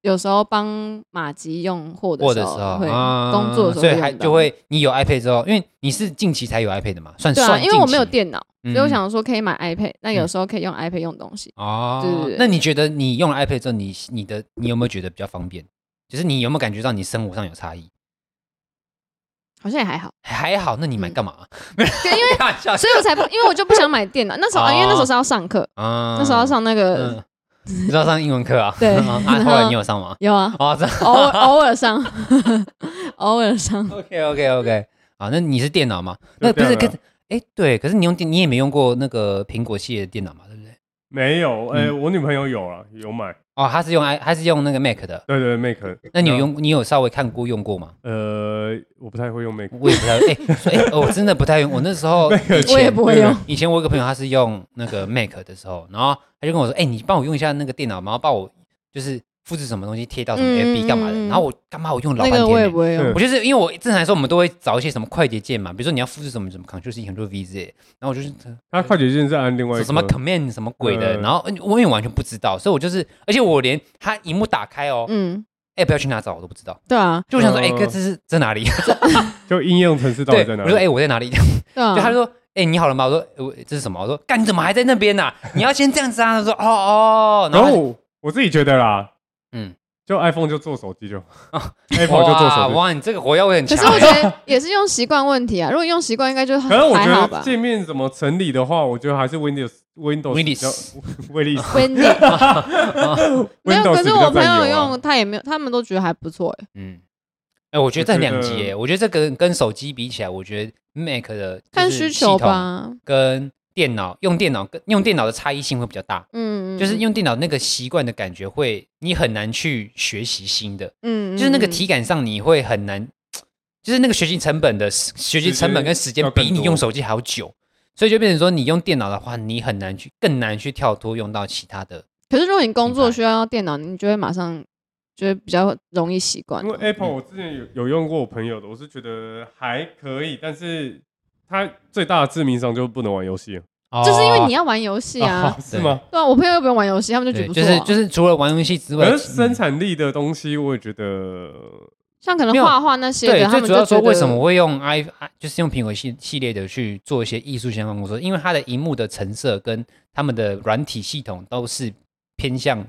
S2: 有时候帮马吉用货
S1: 或
S2: 的
S1: 者
S2: 时
S1: 时候
S2: 候，会
S1: 啊
S2: 工作的时候
S1: 所
S2: 会
S1: 以
S2: 用
S1: 还
S2: 到
S1: 就会你有 iPad 之后，因为你是近期才有 iPad 的嘛，算
S2: 对啊，
S1: 算近期，
S2: 因为我没有电脑，
S1: 嗯，
S2: 所以我想说可以买 iPad，那有
S1: 嗯
S2: 时候可以用 iPad 用东西。对
S1: 哦
S2: 对，对
S1: 那你觉得你用了 iPad 之后，你你的你有没有觉得比较方便？就是你有没有感觉到你生活上有差异？
S2: 好像也还好，
S1: 还好，那你买干嘛？
S2: 对，因 为
S1: 开玩笑
S2: 所以我才不，因为我就不想买电脑。那时候，啊因为那时候是要上课，
S1: 啊
S2: 那时候要上那个
S1: 哦嗯，你知道上英文课啊？
S2: 对
S1: 啊，
S2: 然
S1: 后
S2: 后
S1: 来你有上吗？
S2: 有啊，
S1: 哦，这
S2: 偶尔偶尔上， 偶尔上。
S1: OK OK OK，好，啊那你是电脑吗？那
S3: 对
S1: 不是
S3: 电
S1: 跟
S3: 脑
S1: 哎对，可是你用电，你也没用过那个苹果系的电脑嘛，对不对？
S3: 没有，哎，
S1: 嗯
S3: 我女朋友有啊，有买，
S1: 哦，它是用 i 它是用那个 Mac 的，
S3: 对对对，Make，
S1: 那你有用你有稍微看过用过吗？
S3: 呃，我不太会用 Make，
S1: 我也不太哎哎、我真的不太用。我那时候以前
S2: 我也不会用。
S1: 以前我有个朋友，他是用那个 Mac 的时候，然后他就跟我说：“哎、你帮我用一下那个电脑，然后帮我就是复制什么东西贴到什么
S2: 嗯
S1: FB 干嘛的。
S2: 嗯嗯
S1: 然后我干嘛我用老
S2: 那
S1: 半天、
S2: 个
S1: 呢
S2: 我也不会用
S3: 嗯，
S1: 我就是因为我正常来说，我们都会找一些什么快捷键嘛，比如说你要复制什么什么 Ctrl C Ctrl V 之类的，然后我就是
S3: 它快捷键是按另外一个
S1: 什么 Command 什么鬼的，
S3: 嗯
S1: 然后我也完全不知道，所以我就是，而且我连它荧幕打开哦、
S2: 嗯，
S1: 哎，不要去哪找我都不知道，
S2: 对啊，
S1: 就我想说，哎、
S3: 嗯
S1: 哥这是在哪里？
S3: 就应用程式到底
S1: 对，
S3: 在哪
S1: 我
S3: 里
S1: 说？哎、我在哪里？
S2: 对啊，
S1: 就他就说：“哎、你好了吗？”我说：“呃我这是什么？”我说：“干，你怎么还在那边呢、你要先这样子啊！”他说：“哦哦。”
S3: 然
S1: 然
S3: 后
S1: 后
S3: 我我自己觉得啦，
S1: 嗯哦
S3: 就 iPhone 就做手机就
S1: 他
S3: ，Apple 就做
S1: 哇
S3: 手机。
S1: 哇，你这个火药味很
S2: 可
S1: 强
S2: 是我觉得也是用习惯问题啊，如果用习惯应该就
S3: 可是我觉
S2: 还好
S3: 得
S2: 吧。
S3: 界面怎么整理的话，我觉得还是 Windows Windows
S1: 威
S3: 比
S1: 利
S3: 较
S1: 斯
S3: 威利斯
S2: Wendy 没有，
S3: Windows
S2: 可是
S3: 比较
S2: 我朋
S3: 占
S2: 友
S3: 有啊
S2: 用，他也没有，他们都觉得还不错哎。
S1: 嗯，哎、我觉得这很两极
S3: 我觉
S1: 耶。
S3: 得
S1: 我觉得这跟跟手机比起来，我觉得 Mac 的就是
S2: 看需求吧，
S1: 系统跟电脑用电脑跟用电脑的差异性会比较大。
S2: 嗯，嗯
S1: 就是用电脑那个习惯的感觉会，你很难去学习新的，
S2: 嗯，嗯
S1: 就是那个
S2: 嗯
S1: 体感上你会很难，就是那个学习成本的学习成本跟时间
S3: 要更
S1: 比你
S3: 多
S1: 用手机还要久，所以就变成说你用电脑的话，你很难去更难去跳脱用到其他的。
S2: 可是如果你工
S1: 品
S2: 作
S1: 牌
S2: 需要用电脑，你就会马上就会比较容易习惯啊
S3: 因。为 Apple 我之前有有用过我朋友的，我是觉得还可以，但是它最大的致命伤就是不能玩游戏了。啊
S1: 哦
S2: 就是因为你要玩游 戏
S3: 哦
S2: 啊，
S3: 是吗？
S2: 对啊，我朋友又不用玩游戏，他们就觉
S1: 对，
S2: 得不
S1: 就
S2: 错
S1: 是
S2: 啊。
S1: 就是除了玩游戏之外
S3: 可，是生产力的东西，我也觉得
S2: 像可能
S1: 没有
S2: 画画那些
S1: 对
S2: 的，，他
S1: 最
S2: 们
S1: 主要
S2: 就
S1: 说
S2: 觉
S1: 为什么
S2: 得
S1: 会用 i 啊就是用苹果系系列的去做一些艺术相关工作，因为它的荧幕的成色跟他们的软体系统都是偏向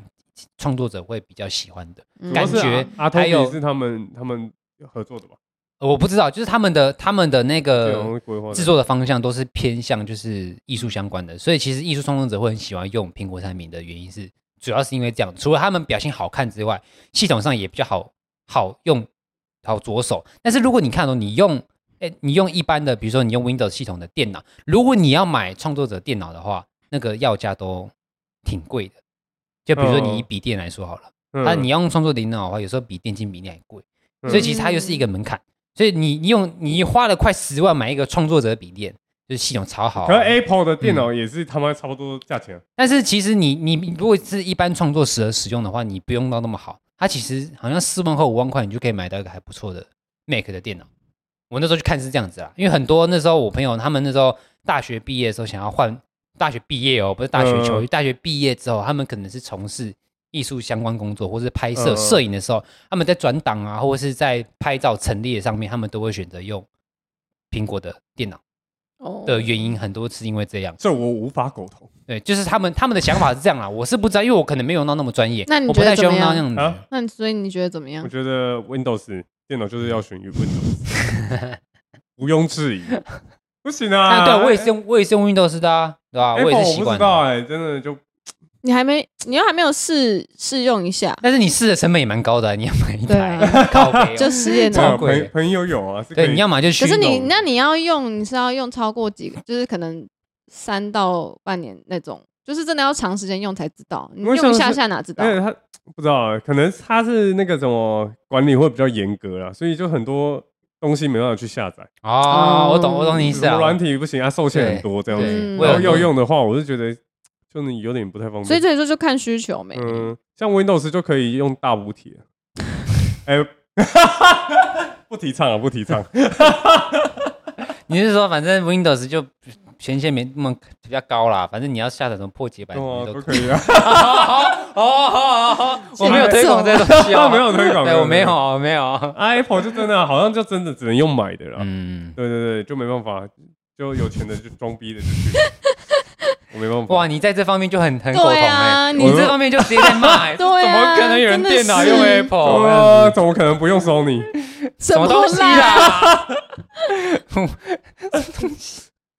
S1: 创作者会比较喜欢的。
S2: 嗯
S1: 感
S3: 主要是
S1: 觉
S3: 阿
S1: 还
S3: 托
S1: 有
S3: 比是他们他们合作的吧？
S1: 呃我不知道，就是他们的他们的那
S3: 对，
S1: 个
S3: 好像规划的
S1: 呃制作的方向都是偏向就是艺术相关的，所以其实艺术创作者会很喜欢用苹果产品的原因是，主要是因为这样，除了他们表现好看之外，系统上也比较好好用好着手。但是如果你看哦，你用哎、你用一般的，比如说你用 Windows 系统的电脑，如果你要买创作者电脑的话，那个要价都挺贵的。就比如说你以
S3: 哦
S1: 笔电来说好了，
S3: 嗯
S1: 它、你要用创作电脑的话，有时候比电竞笔电还贵。
S3: 嗯
S1: 所以其实它又是一个门槛。所以你你用你花了快十万买一个创作者笔电，就是系统超好啊、
S3: 可是 Apple 的电
S2: 嗯
S3: 脑也是他妈差不多价钱啊，
S1: 但是其实你你你如果是一般创作时使用的话，你不用到那么好。它其实好像四万或五万块，你就可以买到一个还不错的 Mac 的电脑。我那时候去看是这样子啦，因为很多那时候我朋友他们那时候大学毕业的时候想要换大学毕业哦，不是大学
S3: 嗯
S1: 求学，大学毕业之后他们可能是从事艺术相关工作或是拍摄
S3: 嗯
S1: 摄影的时候，他们在转档啊或者是在拍照陈列上面，他们都会选择用苹果的电脑
S2: 哦
S1: 的原因，很多是因为这样。
S3: 这我无法苟同
S1: 对，就是他们他们的想法是这样啦，我是不知道，因为我可能没有用到那么专业，
S2: 那你
S1: 我不
S2: 觉得
S1: 太需要
S2: 怎
S1: 用
S2: 么
S1: 到那
S2: 样
S1: 样子。
S3: 啊。
S2: 那你所以你觉得怎么样
S1: 嗯
S3: 我？觉得 Windows 电脑就是要选 Windows，毋庸置 疑。不行啊！
S1: 但对我也是用我也是用 Windows 的啊，对吧？
S3: Apple
S1: 我也是
S3: 我
S1: 习
S3: 不
S1: 惯
S3: 知道
S1: 了。
S3: 哎，真的就
S2: 你还没，你又还没有试试用一下，
S1: 但是你试的成本也蛮高的啊，你要买一
S2: 对
S1: 台
S2: 啊，
S1: 靠背哦。
S2: 就实验
S3: 这
S1: 超
S3: 个
S2: 脑。
S1: 贵
S3: 朋朋友有啊，是可
S1: 对，
S3: 以
S1: 你要么就去
S2: 可
S1: 那
S2: 是你
S1: 种。
S2: 那你要用，你是要用超过几个，就是可能三到半年那种，就是真的要长时间用才知道，你
S3: 我
S2: 用
S3: 想
S2: 一下
S3: 是
S2: 下哪知道？
S3: 而且他不知道欸，可能他是那个什么管理会比较严格啦，所以就很多东西没办法去下载。
S1: 哦，我懂我懂你意
S3: 什
S1: 思啊
S3: 么。软体不行，它受限很多这样
S1: 对
S3: 子。
S2: 嗯
S1: 我有
S3: 然后要
S1: 用
S3: 用的话，我是觉得就你有点不太方
S2: 所以
S3: 便。
S2: 这里就就看需求没。
S3: 嗯，像 Windows 就可以用大 补贴。哎，不提倡啊，不提倡。
S1: 你是说反正 Windows 就权限没那么比较高啦，反正你要下载什么破解版什 么
S3: 哦，
S1: 的
S3: 不
S1: 哎都。
S3: 可以啊，
S1: 哦哦哦，我
S2: 啊
S1: 没有推广这个东西哦，
S3: 没有推广。
S1: 对我没 有，我没有。
S3: Apple 就真的好像就真的只能用买的啦。
S1: 嗯，
S3: 对对对，就没办法，就有钱的就装逼的就 去，我没办法。
S1: 哇，你在这方面就很很苟同
S2: 对
S1: 哎。
S2: 啊，
S1: 你
S2: 你
S1: 这方面就直接在骂、欸，
S2: 对啊
S1: 怎么可能有人电脑用
S2: 真的是
S1: Apple？
S3: 对
S1: 这样
S3: 啊，
S1: 子
S3: 怎么可能不用 Sony？
S1: 什么东西啊
S2: 啦？
S1: 啦？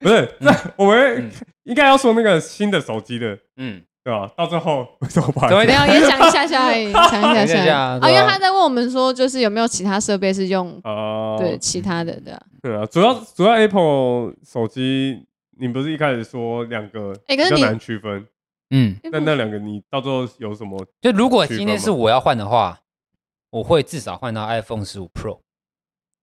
S3: 不是，那我们
S1: 嗯
S3: 应该要说那个新的手机的，
S1: 嗯，
S3: 对吧？到最后 为什么把
S1: 怎么
S2: 没有，也讲一下下而已，讲一下
S1: 讲一下
S2: 下
S1: 下
S2: 而已。
S1: 对
S2: 啊，因
S1: 啊
S2: 为他在问我们说，就是有没有其他设备是用
S3: 哦，
S2: 对其他的的。
S3: 对啊，主要主要 Apple 手机，你不是一开始说两个
S2: 哎
S3: 比
S2: 可是
S3: 较
S2: 你
S3: 难区分，
S1: 嗯，
S2: 因为
S3: 那那两个你到最后有什么？
S1: 就如果
S3: 区分
S1: 今天
S3: 吗
S1: 是我要换的话，我会至少换到 iPhone 十五 Pro。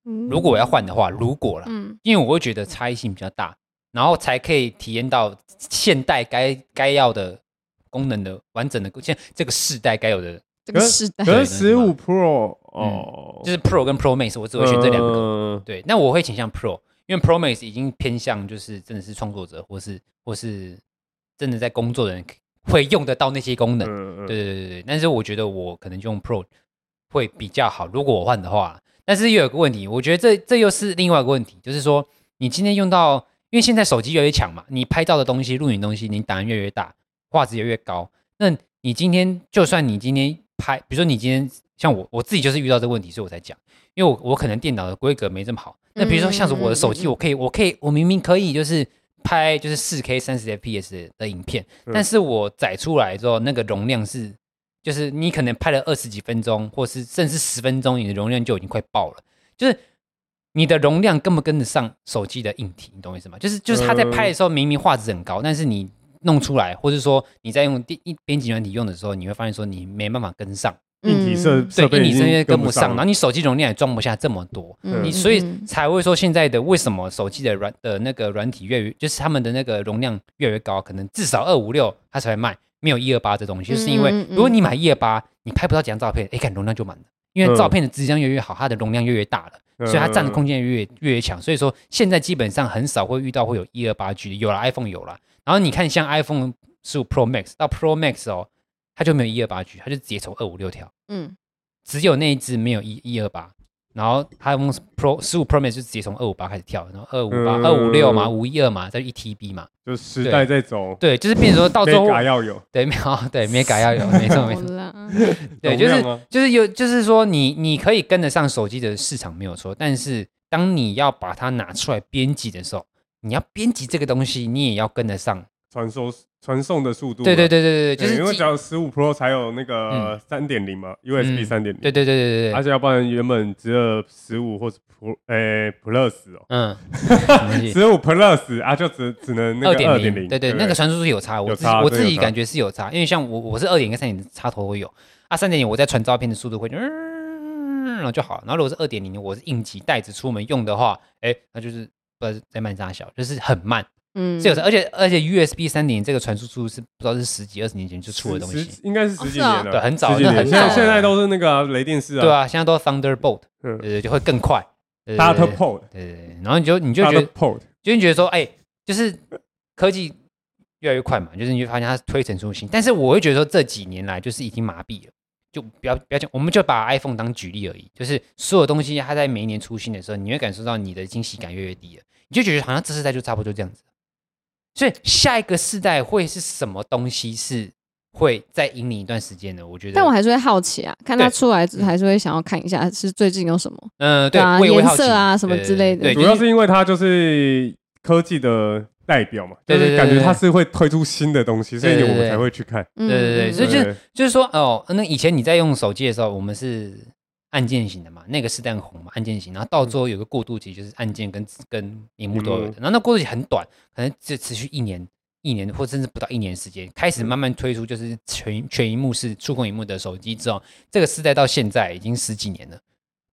S2: 嗯
S1: 如果我要换的话，如果啦，
S2: 嗯
S1: 因为我会觉得差异性比较大，然后才可以体验到现代该该要的功能的完整的，现这个世代该有的，
S2: 这个
S3: 可是
S2: 时代，嗯
S3: 可
S1: 对嗯
S3: 是十五 Pro 哦，呃
S1: 就是 Pro 跟 Pro Max，我只会选这两个。
S3: 个。
S1: 对，那我会倾向 Pro，因为 Pro Max 已经偏向就是真的是创作者或是或是真的在工作的人会用得到那些功能。
S3: 嗯，
S1: 对对对对，但是我觉得我可能用 Pro 会比较好，如果我换的话。但是又有个问题，我觉得这这又是另外一个问题，就是说你今天用到，因为现在手机越来越强嘛，你拍到的东西、录影的东西，你档案越来越大，画质越来越高。那你今天就算你今天拍，比如说你今天像我，我自己就是遇到这个问题，所以我才讲，因为我我可能电脑的规格没这么好。那比如说像是我的手机，
S2: 嗯嗯嗯嗯
S1: 我可以，我可以，我明明可以就是拍就是四 K 三十 FPS 的影片，
S3: 嗯
S1: 但是我载出来之后，那个容量是，就是你可能拍了二十几分钟，或是甚至十分钟，你的容量就已经快爆了，就是。你的容量跟不跟得上手机的硬体，你懂我意思吗？就是就是
S3: 嗯
S1: 它在拍的时候明明画质很高，但是你弄出来，或者说你在用电一编辑软体用的时候，你会发现说你没办法跟上，
S3: 硬体设
S2: 嗯
S3: 设
S1: 对，
S3: 备
S1: 因为你
S3: 已
S1: 这
S3: 经
S1: 边跟
S3: 不
S1: 不上，然后
S3: 了。
S1: 你手机容量也装不下这么多，
S2: 嗯
S1: 你
S2: 嗯
S1: 所以
S2: 嗯
S1: 才会说现在的为什么手机的软的那个软体越来越，就是他们的那个容量越来越高，可能至少二五六它才会卖，没有一二八这东西，就是因为
S2: 嗯嗯嗯
S1: 如果你买一二八，你拍不到几张照片，哎，看容量就满了，因为
S3: 嗯
S1: 照片的质量越来越好，它的容量越来越大了。所以它占的空间越越越强。所以说现在基本上很少会遇到会有一二八 G 的，有了 iPhone 有了。然后你看像 iPhone 十五 Pro Max 到 Pro Max 哦，它就没有一二八 G，它就直接从二五六跳，
S2: 嗯
S1: 只有那一只没有一一二八。然后 iPhone Pro 十五 Pro Max 就直接从二五八开始跳，然后二五八、
S3: 嗯
S1: 二五六嘛，五一二嘛，再一 TB 嘛，
S3: 就时代在走，
S1: 对，就是变
S3: 嗯
S1: 成说到最后，
S3: 嘎要有，
S1: 对，没有，对，没改 要有，没错，没
S2: 好啊
S1: 错，
S2: 啦，
S1: 对，
S3: 容
S1: 就是
S3: 量啊
S1: 就是有，就是说你你可以跟得上手机的市场没有错，但是当你要把它拿出来编辑的时候，你要编辑这个东西，你也要跟得上。
S3: 传输传送的速度嘛。
S1: 对对对对对，就
S3: 对，因
S1: 是
S3: 为
S1: 几
S3: 只有十五 Pro 才有那个三点零嘛，USB
S1: 嗯
S3: 三点零。
S1: 对对对对对
S3: 而
S1: 对，
S3: 且要不然原本只有十五或是 Pro 诶 Plus 哦，
S1: 嗯，什么东西
S3: 十五 Plus 啊，就只只能那
S1: 二
S3: 个
S1: 点
S3: 二点
S1: 零，
S3: 零，
S1: 对对，
S3: 不
S1: 那个传输是有差，我
S3: 有
S1: 自己
S3: 差
S1: 我
S3: 对
S1: 自己
S3: 有差
S1: 感觉是有差，因为像我我是二点跟三点插头会有啊，三点零我在传照片的速度会就嗯，然后就好了。然后如果是二点零，我是应急带着出门用的话，哎，那就是不知道在慢啥小，就是很慢。
S2: 嗯，
S1: 是有的，而且而且 USB 三点这个传输速度是不知道是十几二十年前就出的东
S3: 十
S1: 西，啊
S3: 十应该是十几年
S2: 哦是
S3: 了，
S2: 哦
S1: 对很早
S3: 十几年
S1: 那很
S3: 现在
S2: 早
S3: 现在都是那个啊雷电式啊，
S1: 对啊，现在都 Thunderbolt，
S3: 嗯
S1: 呃，就会更快。对对对
S3: Data Port
S1: 对对对，然后你就你就觉
S3: Data
S1: 得
S3: Port，
S1: 就会觉得说，哎，就是科技越来越快嘛，就是你会发现它推陈出新。但是我会觉得说，这几年来就是已经麻痹了，就不要不要讲，我们就把 iPhone 当举例而已。就是所有东西它在每一年出新的时候，你会感受到你的惊喜感越来越低了，你就觉得好像这世代就差不多这样子。所以下一个世代会是什么东西是会再引领一段时间的？我觉得，
S2: 但我还是会好奇啊，看它
S1: 对
S2: 出来之后还是会想要看一下是最近有什么。
S1: 嗯、对，
S2: 对啊
S1: 我也会
S2: 颜
S1: 好奇
S2: 色啊什么之类的
S1: 对，
S3: 主
S1: 对
S3: 要是因为它就是科技的代表嘛，
S1: 对对
S3: 就是
S1: 对
S3: 感觉
S1: 对
S3: 它是会推出新的东西，所
S1: 对
S3: 以
S1: 对
S3: 我们
S1: 对
S3: 才会去看。
S2: 嗯
S1: 对对对
S2: 嗯
S1: 所以就
S2: 嗯
S1: 是
S3: 对
S1: 就是说，哦，那以前你在用手机的时候，我们是按键型的嘛，那个是弹红嘛，按键型，然后到最后有个过渡期，就是按键跟跟荧幕都有
S3: 荧
S1: 的，然后那过渡期很短，可能就持续一年。一年或甚至不到一年时间，开始慢慢推出就是全全荧幕式触控荧幕的手机之后，这个时代到现在已经十几年了。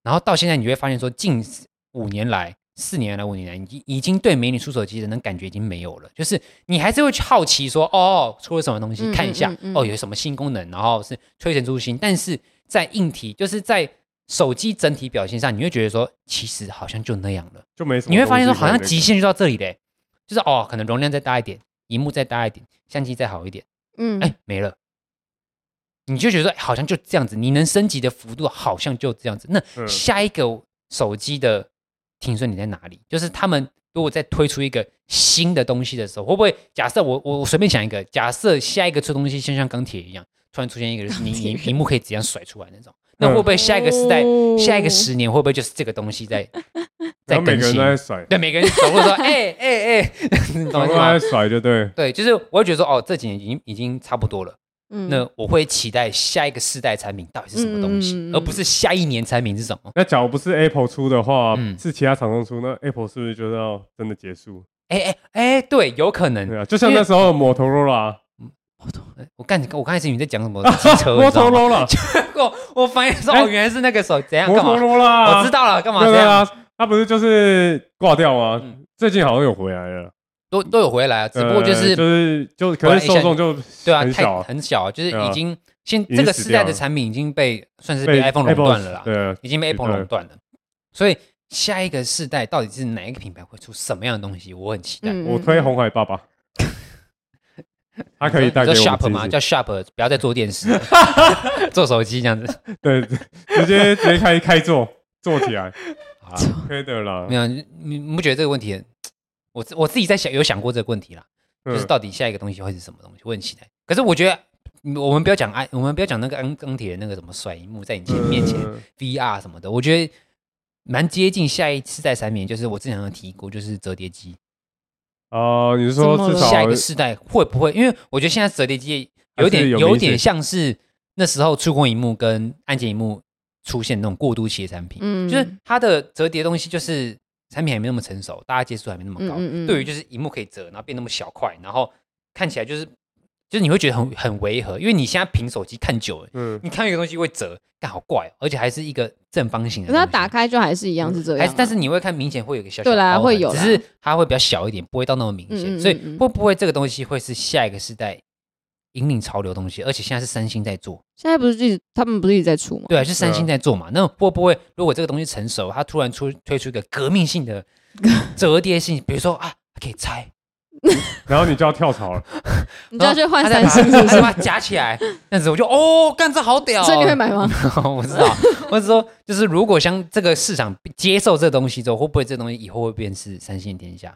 S1: 然后到现在你会发现说，近五年来、四年来、五年来，已经已经对美女出手机的那感觉已经没有了。就是你还是会去好奇说，哦，出了什么东西，
S2: 嗯
S1: 看一下
S2: 嗯，嗯嗯
S1: 哦，有什么新功能，然后是推陈出新。但是在硬体，就是在手机整体表现上，你会觉得说，其实好像就那样了。
S3: 就没什么东西可以那个，
S1: 你会发现说，好像极限就到这里嘞，就是哦，可能容量再大一点，荧幕再大一点，相机再好一点。
S2: 嗯，
S1: 哎、没了，你就觉得哎好像就这样子，你能升级的幅度好像就这样子。那
S3: 嗯
S1: 下一个手机的停损点在哪里？就是他们如果再推出一个新的东西的时候，会不会假设我我我随便想一个，假设下一个出东西就像钢铁一样，突然出现一个就是你你荧幕可以怎样甩出来那种？那会不会下一个时代，
S2: 哦
S1: 下一个十年会不会就是这个东 西在在
S3: 然后每
S1: 更
S3: 个人
S1: 新
S3: 都？在甩，
S1: 对，每个人走路说，哎哎 哎，你懂
S3: 每
S1: 我
S3: 个人都在
S1: 意思吗？
S3: 甩，就对。
S1: 对，就是我会觉得说，哦，这几年已经已经差不多了。
S2: 嗯
S1: 那我会期待下一个世代产品到底是什么东西，
S2: 嗯嗯嗯嗯
S1: 而不是下一年产品是什么。
S3: 那假如不是 Apple 出的话，
S1: 嗯
S3: 是其他厂商出，那 Apple 是不是就要真的结束？
S1: 哎哎哎，对，有可能
S3: 啊对啊，就像那时候摩托罗拉，
S1: 我干，我刚开始以为你在讲什么机 车，你
S3: 摩
S1: 知
S3: 托
S1: 道吗
S3: 罗拉，
S1: 我我反应说，
S3: 哎
S1: 哦，原来是那个手，怎样
S3: 摩
S1: 干
S3: 托
S1: 嘛？
S3: 罗拉，
S1: 我知道了，干嘛
S3: 对
S1: 这
S3: 对
S1: 样？
S3: 啊，他不是就是挂掉吗
S1: 嗯？
S3: 最近好像有回来了，
S1: 都都有回来啊，只不过就
S3: 呃
S1: 是
S3: 就是就
S1: 突
S3: 可
S1: 然
S3: 是
S1: 一下
S3: 受众就
S1: 对啊，
S3: 很
S1: 太
S3: 小，
S1: 很小，就是
S3: 对啊
S1: 已经现
S3: 经
S1: 这个
S3: 死
S1: 时
S3: 掉
S1: 代的
S3: 了
S1: 产品已经被算是被 iPhone 垄
S3: Apple-
S1: 断了啦，
S3: 对，啊
S1: 已经被 Apple
S3: 垄断
S1: 垄断了，所以下一个世代到底是哪一个品牌会出什么样的东西，我很期待。
S2: 嗯，
S3: 我推红海爸爸，他可以带给
S1: 叫
S3: 我们
S1: Sharp
S3: 惊
S1: 吗？
S3: 喜
S1: 叫 Sharp，不要再做电 视了，做手机这样子。
S3: 对， 直接直接开开做做起来，
S1: 好啊
S3: 推的啦
S1: 没。有，你你你不觉得这个问题很？我自我自己在想，有想过这个问题啦，
S3: 嗯
S1: 就是到底下一个东西会是什么东西，我很期待。可是我觉得，嗯我们不要讲安，我们不要讲那个钢钢铁那个什么甩荧幕在你前面前
S3: 嗯
S1: VR 什么的，我觉得蛮接近下一次代产品，就是我之前有提过，就是折叠机，
S3: 哦，你是说
S2: 怎么
S3: 至
S2: 了
S3: 少
S1: 下一个世代会不会？因为我觉得现在折叠机有
S3: 还
S1: 点
S3: 是有
S1: 有
S3: 明显
S1: 点像是那时候触控荧幕跟按键荧幕出现那种过渡期的产品，
S2: 嗯
S1: 就是它的折叠东西就是产品还没那么成熟，大家接触还没那么高，
S2: 嗯嗯嗯
S1: 对于就是荧幕可以折，然后变那么小块，然后看起来就是就是你会觉得很很违和，因为你现在凭手机看久了。
S3: 嗯，
S1: 你看一个东西会折，干好怪哦、而且还是一个正方形的
S2: 可
S1: 东西。嗯
S2: 是它打开就还是一样是这
S1: 还
S2: 样
S1: 是
S2: 啊，
S1: 但是你会看明显会有一个小小
S2: 对
S1: 凹
S2: 啦
S1: 痕
S2: 会有
S1: 只
S2: 啦
S1: 是它会比较小一点，不会到那么明显。
S2: 嗯嗯嗯
S1: 所以
S2: 嗯
S1: 会不会这个东西会是下一个时代引领潮流的东西？而且现在是三星在做，
S2: 现在不是一直他们不是一直在出吗？
S1: 对啊，是三
S2: 嗯
S1: 星在做嘛？那会不会如果这个东西成熟，它突然出推出一个革命性 的折叠性，比如说啊，它可以拆，
S3: 然后你就要跳槽了，
S2: 你就要去换
S1: 然后
S2: 三
S1: 它再
S2: 星
S1: 把它
S2: 是不
S1: 它
S2: 是？
S1: 把它夹起来，这样子我就哦，干这好屌哦、
S2: 所以你会买吗？
S1: 我知道，我是说，就是如果像这个市场接受这东西之后，会不会这东西以后会变是三星天下？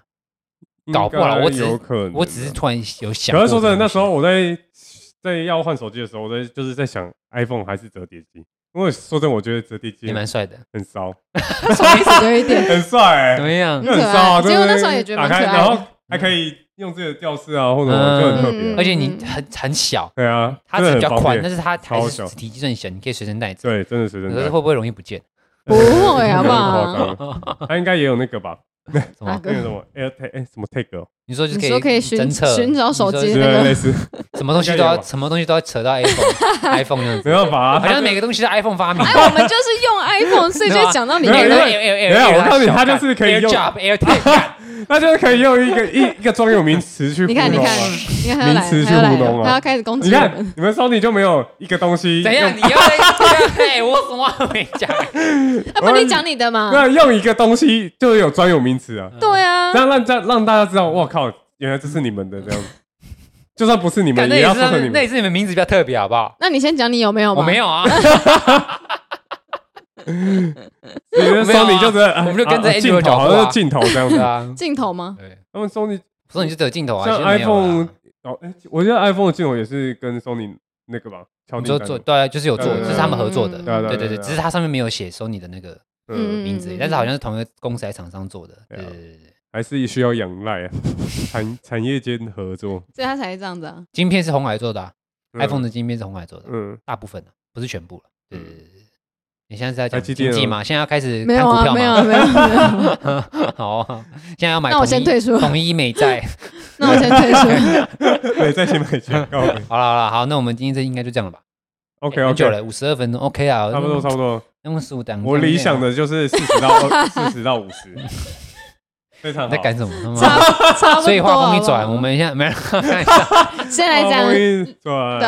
S1: 搞不
S3: 应
S1: 好
S3: 该
S1: 我只是
S3: 有可能，啊
S1: 我只是。突然有想
S3: 可
S1: 过
S3: 是说
S1: 这个东西，
S3: 真的，那时候我在在要换手机的时候，我在就是在想 iPhone 还是折叠机，因为说真的，我觉得折叠机
S1: 也蛮帅的，
S3: 很骚，
S2: 什么意思？ 有一点
S3: 很帅
S1: 怎
S3: 欸，
S1: 么样
S2: 嗯？
S3: 就很骚啊。
S2: 很
S3: 对不对
S2: 可爱其实我那时候也觉得
S3: 打
S2: 蛮
S3: 开，
S2: 可爱的
S3: 然后还可以用自己的吊饰啊，或者什么
S1: 嗯
S3: 就很特别
S2: 嗯。
S1: 而且你很很小，
S3: 对啊，
S1: 它
S3: 真
S1: 是
S3: 的
S1: 比
S3: 很
S1: 较
S3: 方
S1: 宽，
S3: 便
S1: 但是它还
S3: 超
S1: 是
S3: 小
S1: 体积很小，你可以随身带走。
S3: 对，真的随身
S1: 可是
S3: 带
S1: 会，不会容易不见？
S2: 不会啊好不
S3: 夸
S2: 好？
S3: 张。他应该也有那个吧？
S1: 怎么
S2: 啊？
S3: 那个什么 AirTag，哎，什么 Tag 哦，
S1: 你说就是
S2: 你说可以寻
S1: 侦测
S2: 寻找手机
S1: 你
S3: 对，
S1: 说
S2: 那个
S3: 类似，
S1: 什么东西都
S3: 应该有啊
S1: 要
S3: 吧
S1: 什么东西都要扯到 iPhone，iPhone
S3: 没
S1: 这样子，
S3: 办法啊，
S1: 好
S3: 他
S1: 像每个东西都是 iPhone 发明的。
S2: 哎，我们就是 用 iPhone，所以就会讲到里
S3: 没有
S2: 面
S3: 因
S2: 的
S3: 为没有我告诉你它就是可以
S1: Air
S3: 用
S1: Job Air Tag，
S3: 那就是可以用一个一一个专有名词去
S2: 你看，
S3: 糊
S2: 你
S3: 弄
S2: 看
S3: 啊，
S2: 你看他要来
S3: 名
S2: 了，
S3: 词
S2: 他要来
S3: 是糊弄
S2: 了，
S3: 啊
S2: 他要开始攻
S3: 你
S2: 击我们。
S3: 看你们 Sony 就没有一个东西
S1: 怎
S3: 用
S1: 样？你要在哎，我什么话没讲？
S2: 那哎不你讲你的
S1: 嗯
S2: 嘛？
S3: 那用一个东西就有专有名词啊，
S2: 对啊
S3: 这，样让让让大家知道，我靠，原来这是你们的这 样子。就算不是你
S1: 干
S3: 们，
S1: 那
S3: 也
S1: 也
S3: 要
S1: 是
S3: 说
S1: 他
S3: 成你
S1: 们，那
S3: 们
S1: 也。是你们名字比较特别，好不好？
S2: 那你先讲你有没有
S1: 我
S2: 嘛？
S1: 没有啊，
S3: 你们
S1: 没有啊
S3: Sony 就是
S1: 我们就跟着
S3: 啊
S1: Android
S3: 镜头，
S1: 脚步
S3: 好
S1: 啊
S3: 像是镜头这样
S1: 对
S3: 子。
S1: 啊，
S2: 镜头吗？
S1: 对，
S3: 他们 Sony
S1: 所以你就只有镜头啊，
S3: 像
S1: 其实没有啦
S3: iPhone 哦，哎，我觉得 iPhone 的镜头也是跟 Sony 那个吧，敲
S1: 你
S3: 定
S1: 说
S3: 单
S1: 做
S3: 的。
S1: 对啊，就是有做，
S3: 对对
S1: 这是他们合作的，
S2: 对
S3: 对啊对啊
S1: 对
S3: 对
S1: 对
S3: 啊
S1: 对，只是它上面没有写收你的那个
S3: 嗯，
S1: 名字，但是好像是同一个公司来厂商做的，对
S3: 对
S1: 对
S3: 啊
S1: 对对对。
S3: 还是需要仰赖啊， 产产业间合作。
S2: 所以他才这样子啊。
S1: 晶片是红海做的啊
S3: 嗯
S1: ，iPhone 的晶片是红海做的，
S3: 嗯，
S1: 大部分的，啊不是全部了。对
S3: 嗯
S1: 对对对对。你现在是在讲
S3: 台积
S1: 经
S3: 电
S1: 济
S3: 哦
S1: 吗？现在要开始
S2: 没
S1: 看
S2: 有
S1: 股
S2: 啊，
S1: 票
S2: 没有
S1: 吗
S2: 啊，？没有啊。没有 啊
S1: 好啊，现在要买
S2: 那我先
S1: 统一
S2: 退出，
S1: 统一美债。
S2: 那我先退出。
S3: 对，再去买钱。告诉你
S1: 好了好了，好，那我们今天这应该就这样了吧
S3: OK
S1: 很久
S3: OK，
S1: 了，五十二分钟，OK 啊，
S3: 差不多差不多。
S1: 那么十五档。
S3: 我理想的就是四十 到四十到五十，非常
S1: 你
S3: 好
S1: 在。干什么？
S2: 差差不多。
S1: 所以话锋
S2: 好
S1: 一
S2: 不好
S1: 转，我们现在没有 啊
S2: 先来
S3: 哦
S2: 讲
S3: 我跟你
S2: 对
S3: 说，
S2: 啊，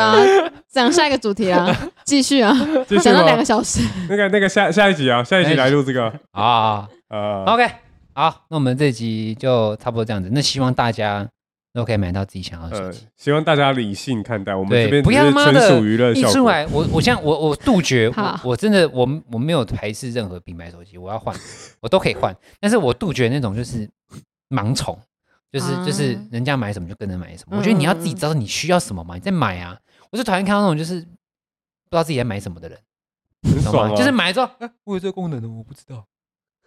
S2: 讲下一个主 题啊，继续啊，
S3: 继续
S2: 讲到两
S3: 吧
S2: 个。小时。
S3: 那个那个下下一集啊，下一集来录这个
S1: 啊。
S3: 呃，
S1: OK，好，那我们这集就差不多这样子。那希望大家都可以买到自己想要的手
S3: 呃
S1: 机。，
S3: 希望大家理性看待，我们这
S1: 对，
S3: 边
S1: 不
S3: 只
S1: 要
S3: 是
S1: 妈
S3: 纯
S1: 的
S3: 属娱乐呃
S1: 一
S3: 效
S1: 出
S3: 果。
S1: 来，我我现在我我杜绝，我
S2: 好
S1: 我真的我我没有排斥任何品牌手机，我 要换，我都可以换，但是我杜绝那种就是盲从，就是
S2: 啊嗯
S1: 就是人家买什么就跟着买什么。我觉得你要自己知道你需要什么嘛，你再买啊。我就讨厌看到那种就是不知道自己在买什么的人，
S3: 很
S1: 懂
S3: 爽
S1: 吗？
S3: 啊，
S1: 就是买了之后，哎我有这个功能的，我不知道。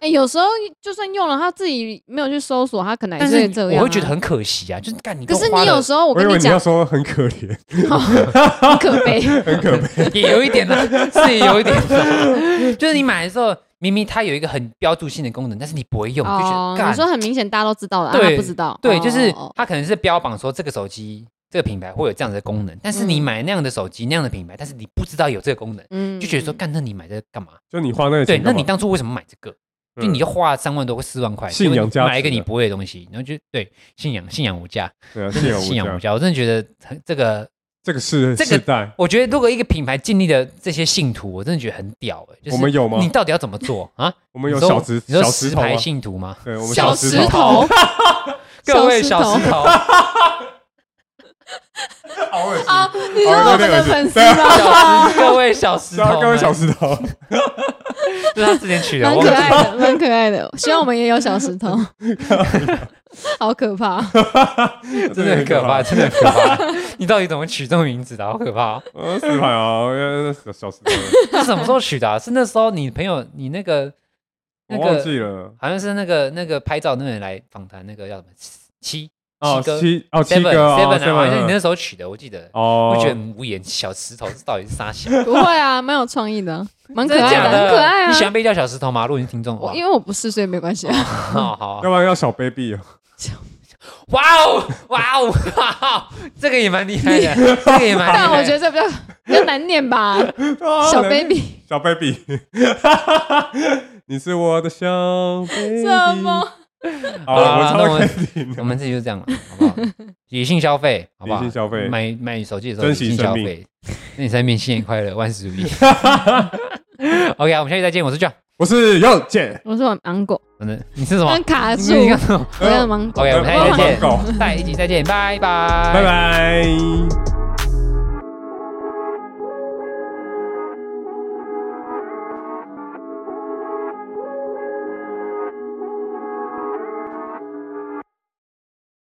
S2: 哎，有时候就算用了，他自己没有去搜索，他可能还
S1: 但
S2: 是
S1: 是
S2: 会这样啊。
S1: 我会觉得很可惜啊，就是干你
S2: 可
S1: 都
S2: 是
S1: 花
S2: 你
S1: 了
S2: 有时候，我
S3: 我以
S2: 跟
S3: 为你
S2: 讲
S3: 要，说很可怜，
S2: 很可悲。
S3: 很可悲。
S1: 也有一点啦，是有一点啦，就是你买的时候，明明它有一个很标注性的功能，但是你不会用，就觉
S2: 哦
S1: 得，
S2: 你
S1: 干。
S2: 说很明显，大家都知道了，啊
S1: 对
S2: 他不知道。
S1: 对，
S2: 哦
S1: 就是
S2: 哦哦
S1: 它可能是标榜说这个手机这个品牌会有这样的功能，但是你
S2: 嗯
S1: 买那样的手机那样的品牌，但是你不知道有这个功能，
S2: 嗯
S1: 就觉得 说，干，那你买这个干嘛？
S3: 就你花那个
S1: 对，
S3: 钱
S1: 那
S3: 干嘛，
S1: 你当初为什么买这个？就你就花三万多或四万块，
S3: 嗯信
S1: 结果
S3: 仰
S1: 你
S3: 价值
S1: 买一个你
S3: 啊
S1: 不会的东西，然后就对信仰信仰无价，
S3: 对啊，
S1: 真
S3: 信
S1: 的是
S3: 仰
S1: 信仰无
S3: 无价，
S1: 价。我真的觉得很这个
S3: 这个是
S1: 这个
S3: 世代，
S1: 我觉得如果一个品牌尽力的这些信徒，我真的觉得很屌哎、就是
S3: 我们有吗
S1: 你到底要怎么做啊？
S3: 我们有
S1: 你说
S3: 小石
S1: 你说
S3: 小
S1: 石
S3: 石头啊
S1: 牌，信徒吗？
S3: 对，我们
S2: 小
S3: 石
S2: 石 头，
S1: 各位
S2: 小
S1: 小石
S2: 石头
S1: 头，
S3: 好恶心，
S2: 啊，你说我们的粉丝吗？
S1: 小石各位小石
S3: 对啊
S1: 头，
S3: 各位小，石头，
S1: 这是他之前取的，
S2: 蛮
S1: 我忘
S2: 可
S1: 记
S2: 爱的，蛮可爱的。希望我们也有小石头， 好可怕！
S1: 真的很可怕，真的很可怕。 你到底怎么取这种名字的？好可怕哦！
S3: 呃，石牌啊，呃小小 石头，
S1: 是什么时候取的啊？是那时候你朋友你那个那
S3: 我
S1: 个
S3: 忘记了。
S1: 好像是那个那个拍照那个人来访谈那个叫什么七
S3: 哦，
S1: 哥
S3: 七哦七
S1: seven
S3: 哥哦
S1: seven 啊，好像是你那
S3: ，seven
S1: 时候取的，我记得。
S3: 哦，
S1: 我觉得很无言，小石头这到底是啥 小？
S2: 不会啊，蛮有创意的，蛮可
S1: 真的
S2: 爱
S1: 假
S2: 的，
S1: 的？
S2: 很可爱
S1: 你喜欢哦
S2: 啊。
S1: 被叫小石头吗？如果你是听众的话
S2: 我，因为我不是，所以没关系啊。
S1: 好好，
S3: 要不然要小 baby 哦，
S1: 哇哦，哇哦，哇哦，这个也蛮厉害的，这个也蛮厉害
S2: 但
S1: 的。
S2: 我觉得这比较比较难念吧，
S3: 哦
S2: 小 baby
S3: 小 baby，你是我的小 baby，
S2: 什么？
S3: 好了，
S1: 好啦啊
S3: 我
S1: 那我
S3: 超开
S1: 们
S3: 心
S1: 我们自己就这样了，好不 好？理性消费，好不好？
S3: 理性消费
S1: 买买手机的时候理
S3: 珍惜
S1: 性
S3: 生
S1: 消
S3: 命
S1: 费。那你三面新年快乐，万事 如意。OK，我们下期再见。我是 John，
S3: 我是要见，
S2: 我说芒果，
S1: 真的，你吃什么
S2: 刚？卡
S1: 你
S2: 住，
S1: 你看什么
S2: 我要芒果。
S1: ？OK，我们下期再见
S3: 我要芒果，
S1: 大家一起再见，拜拜，
S3: 拜。拜。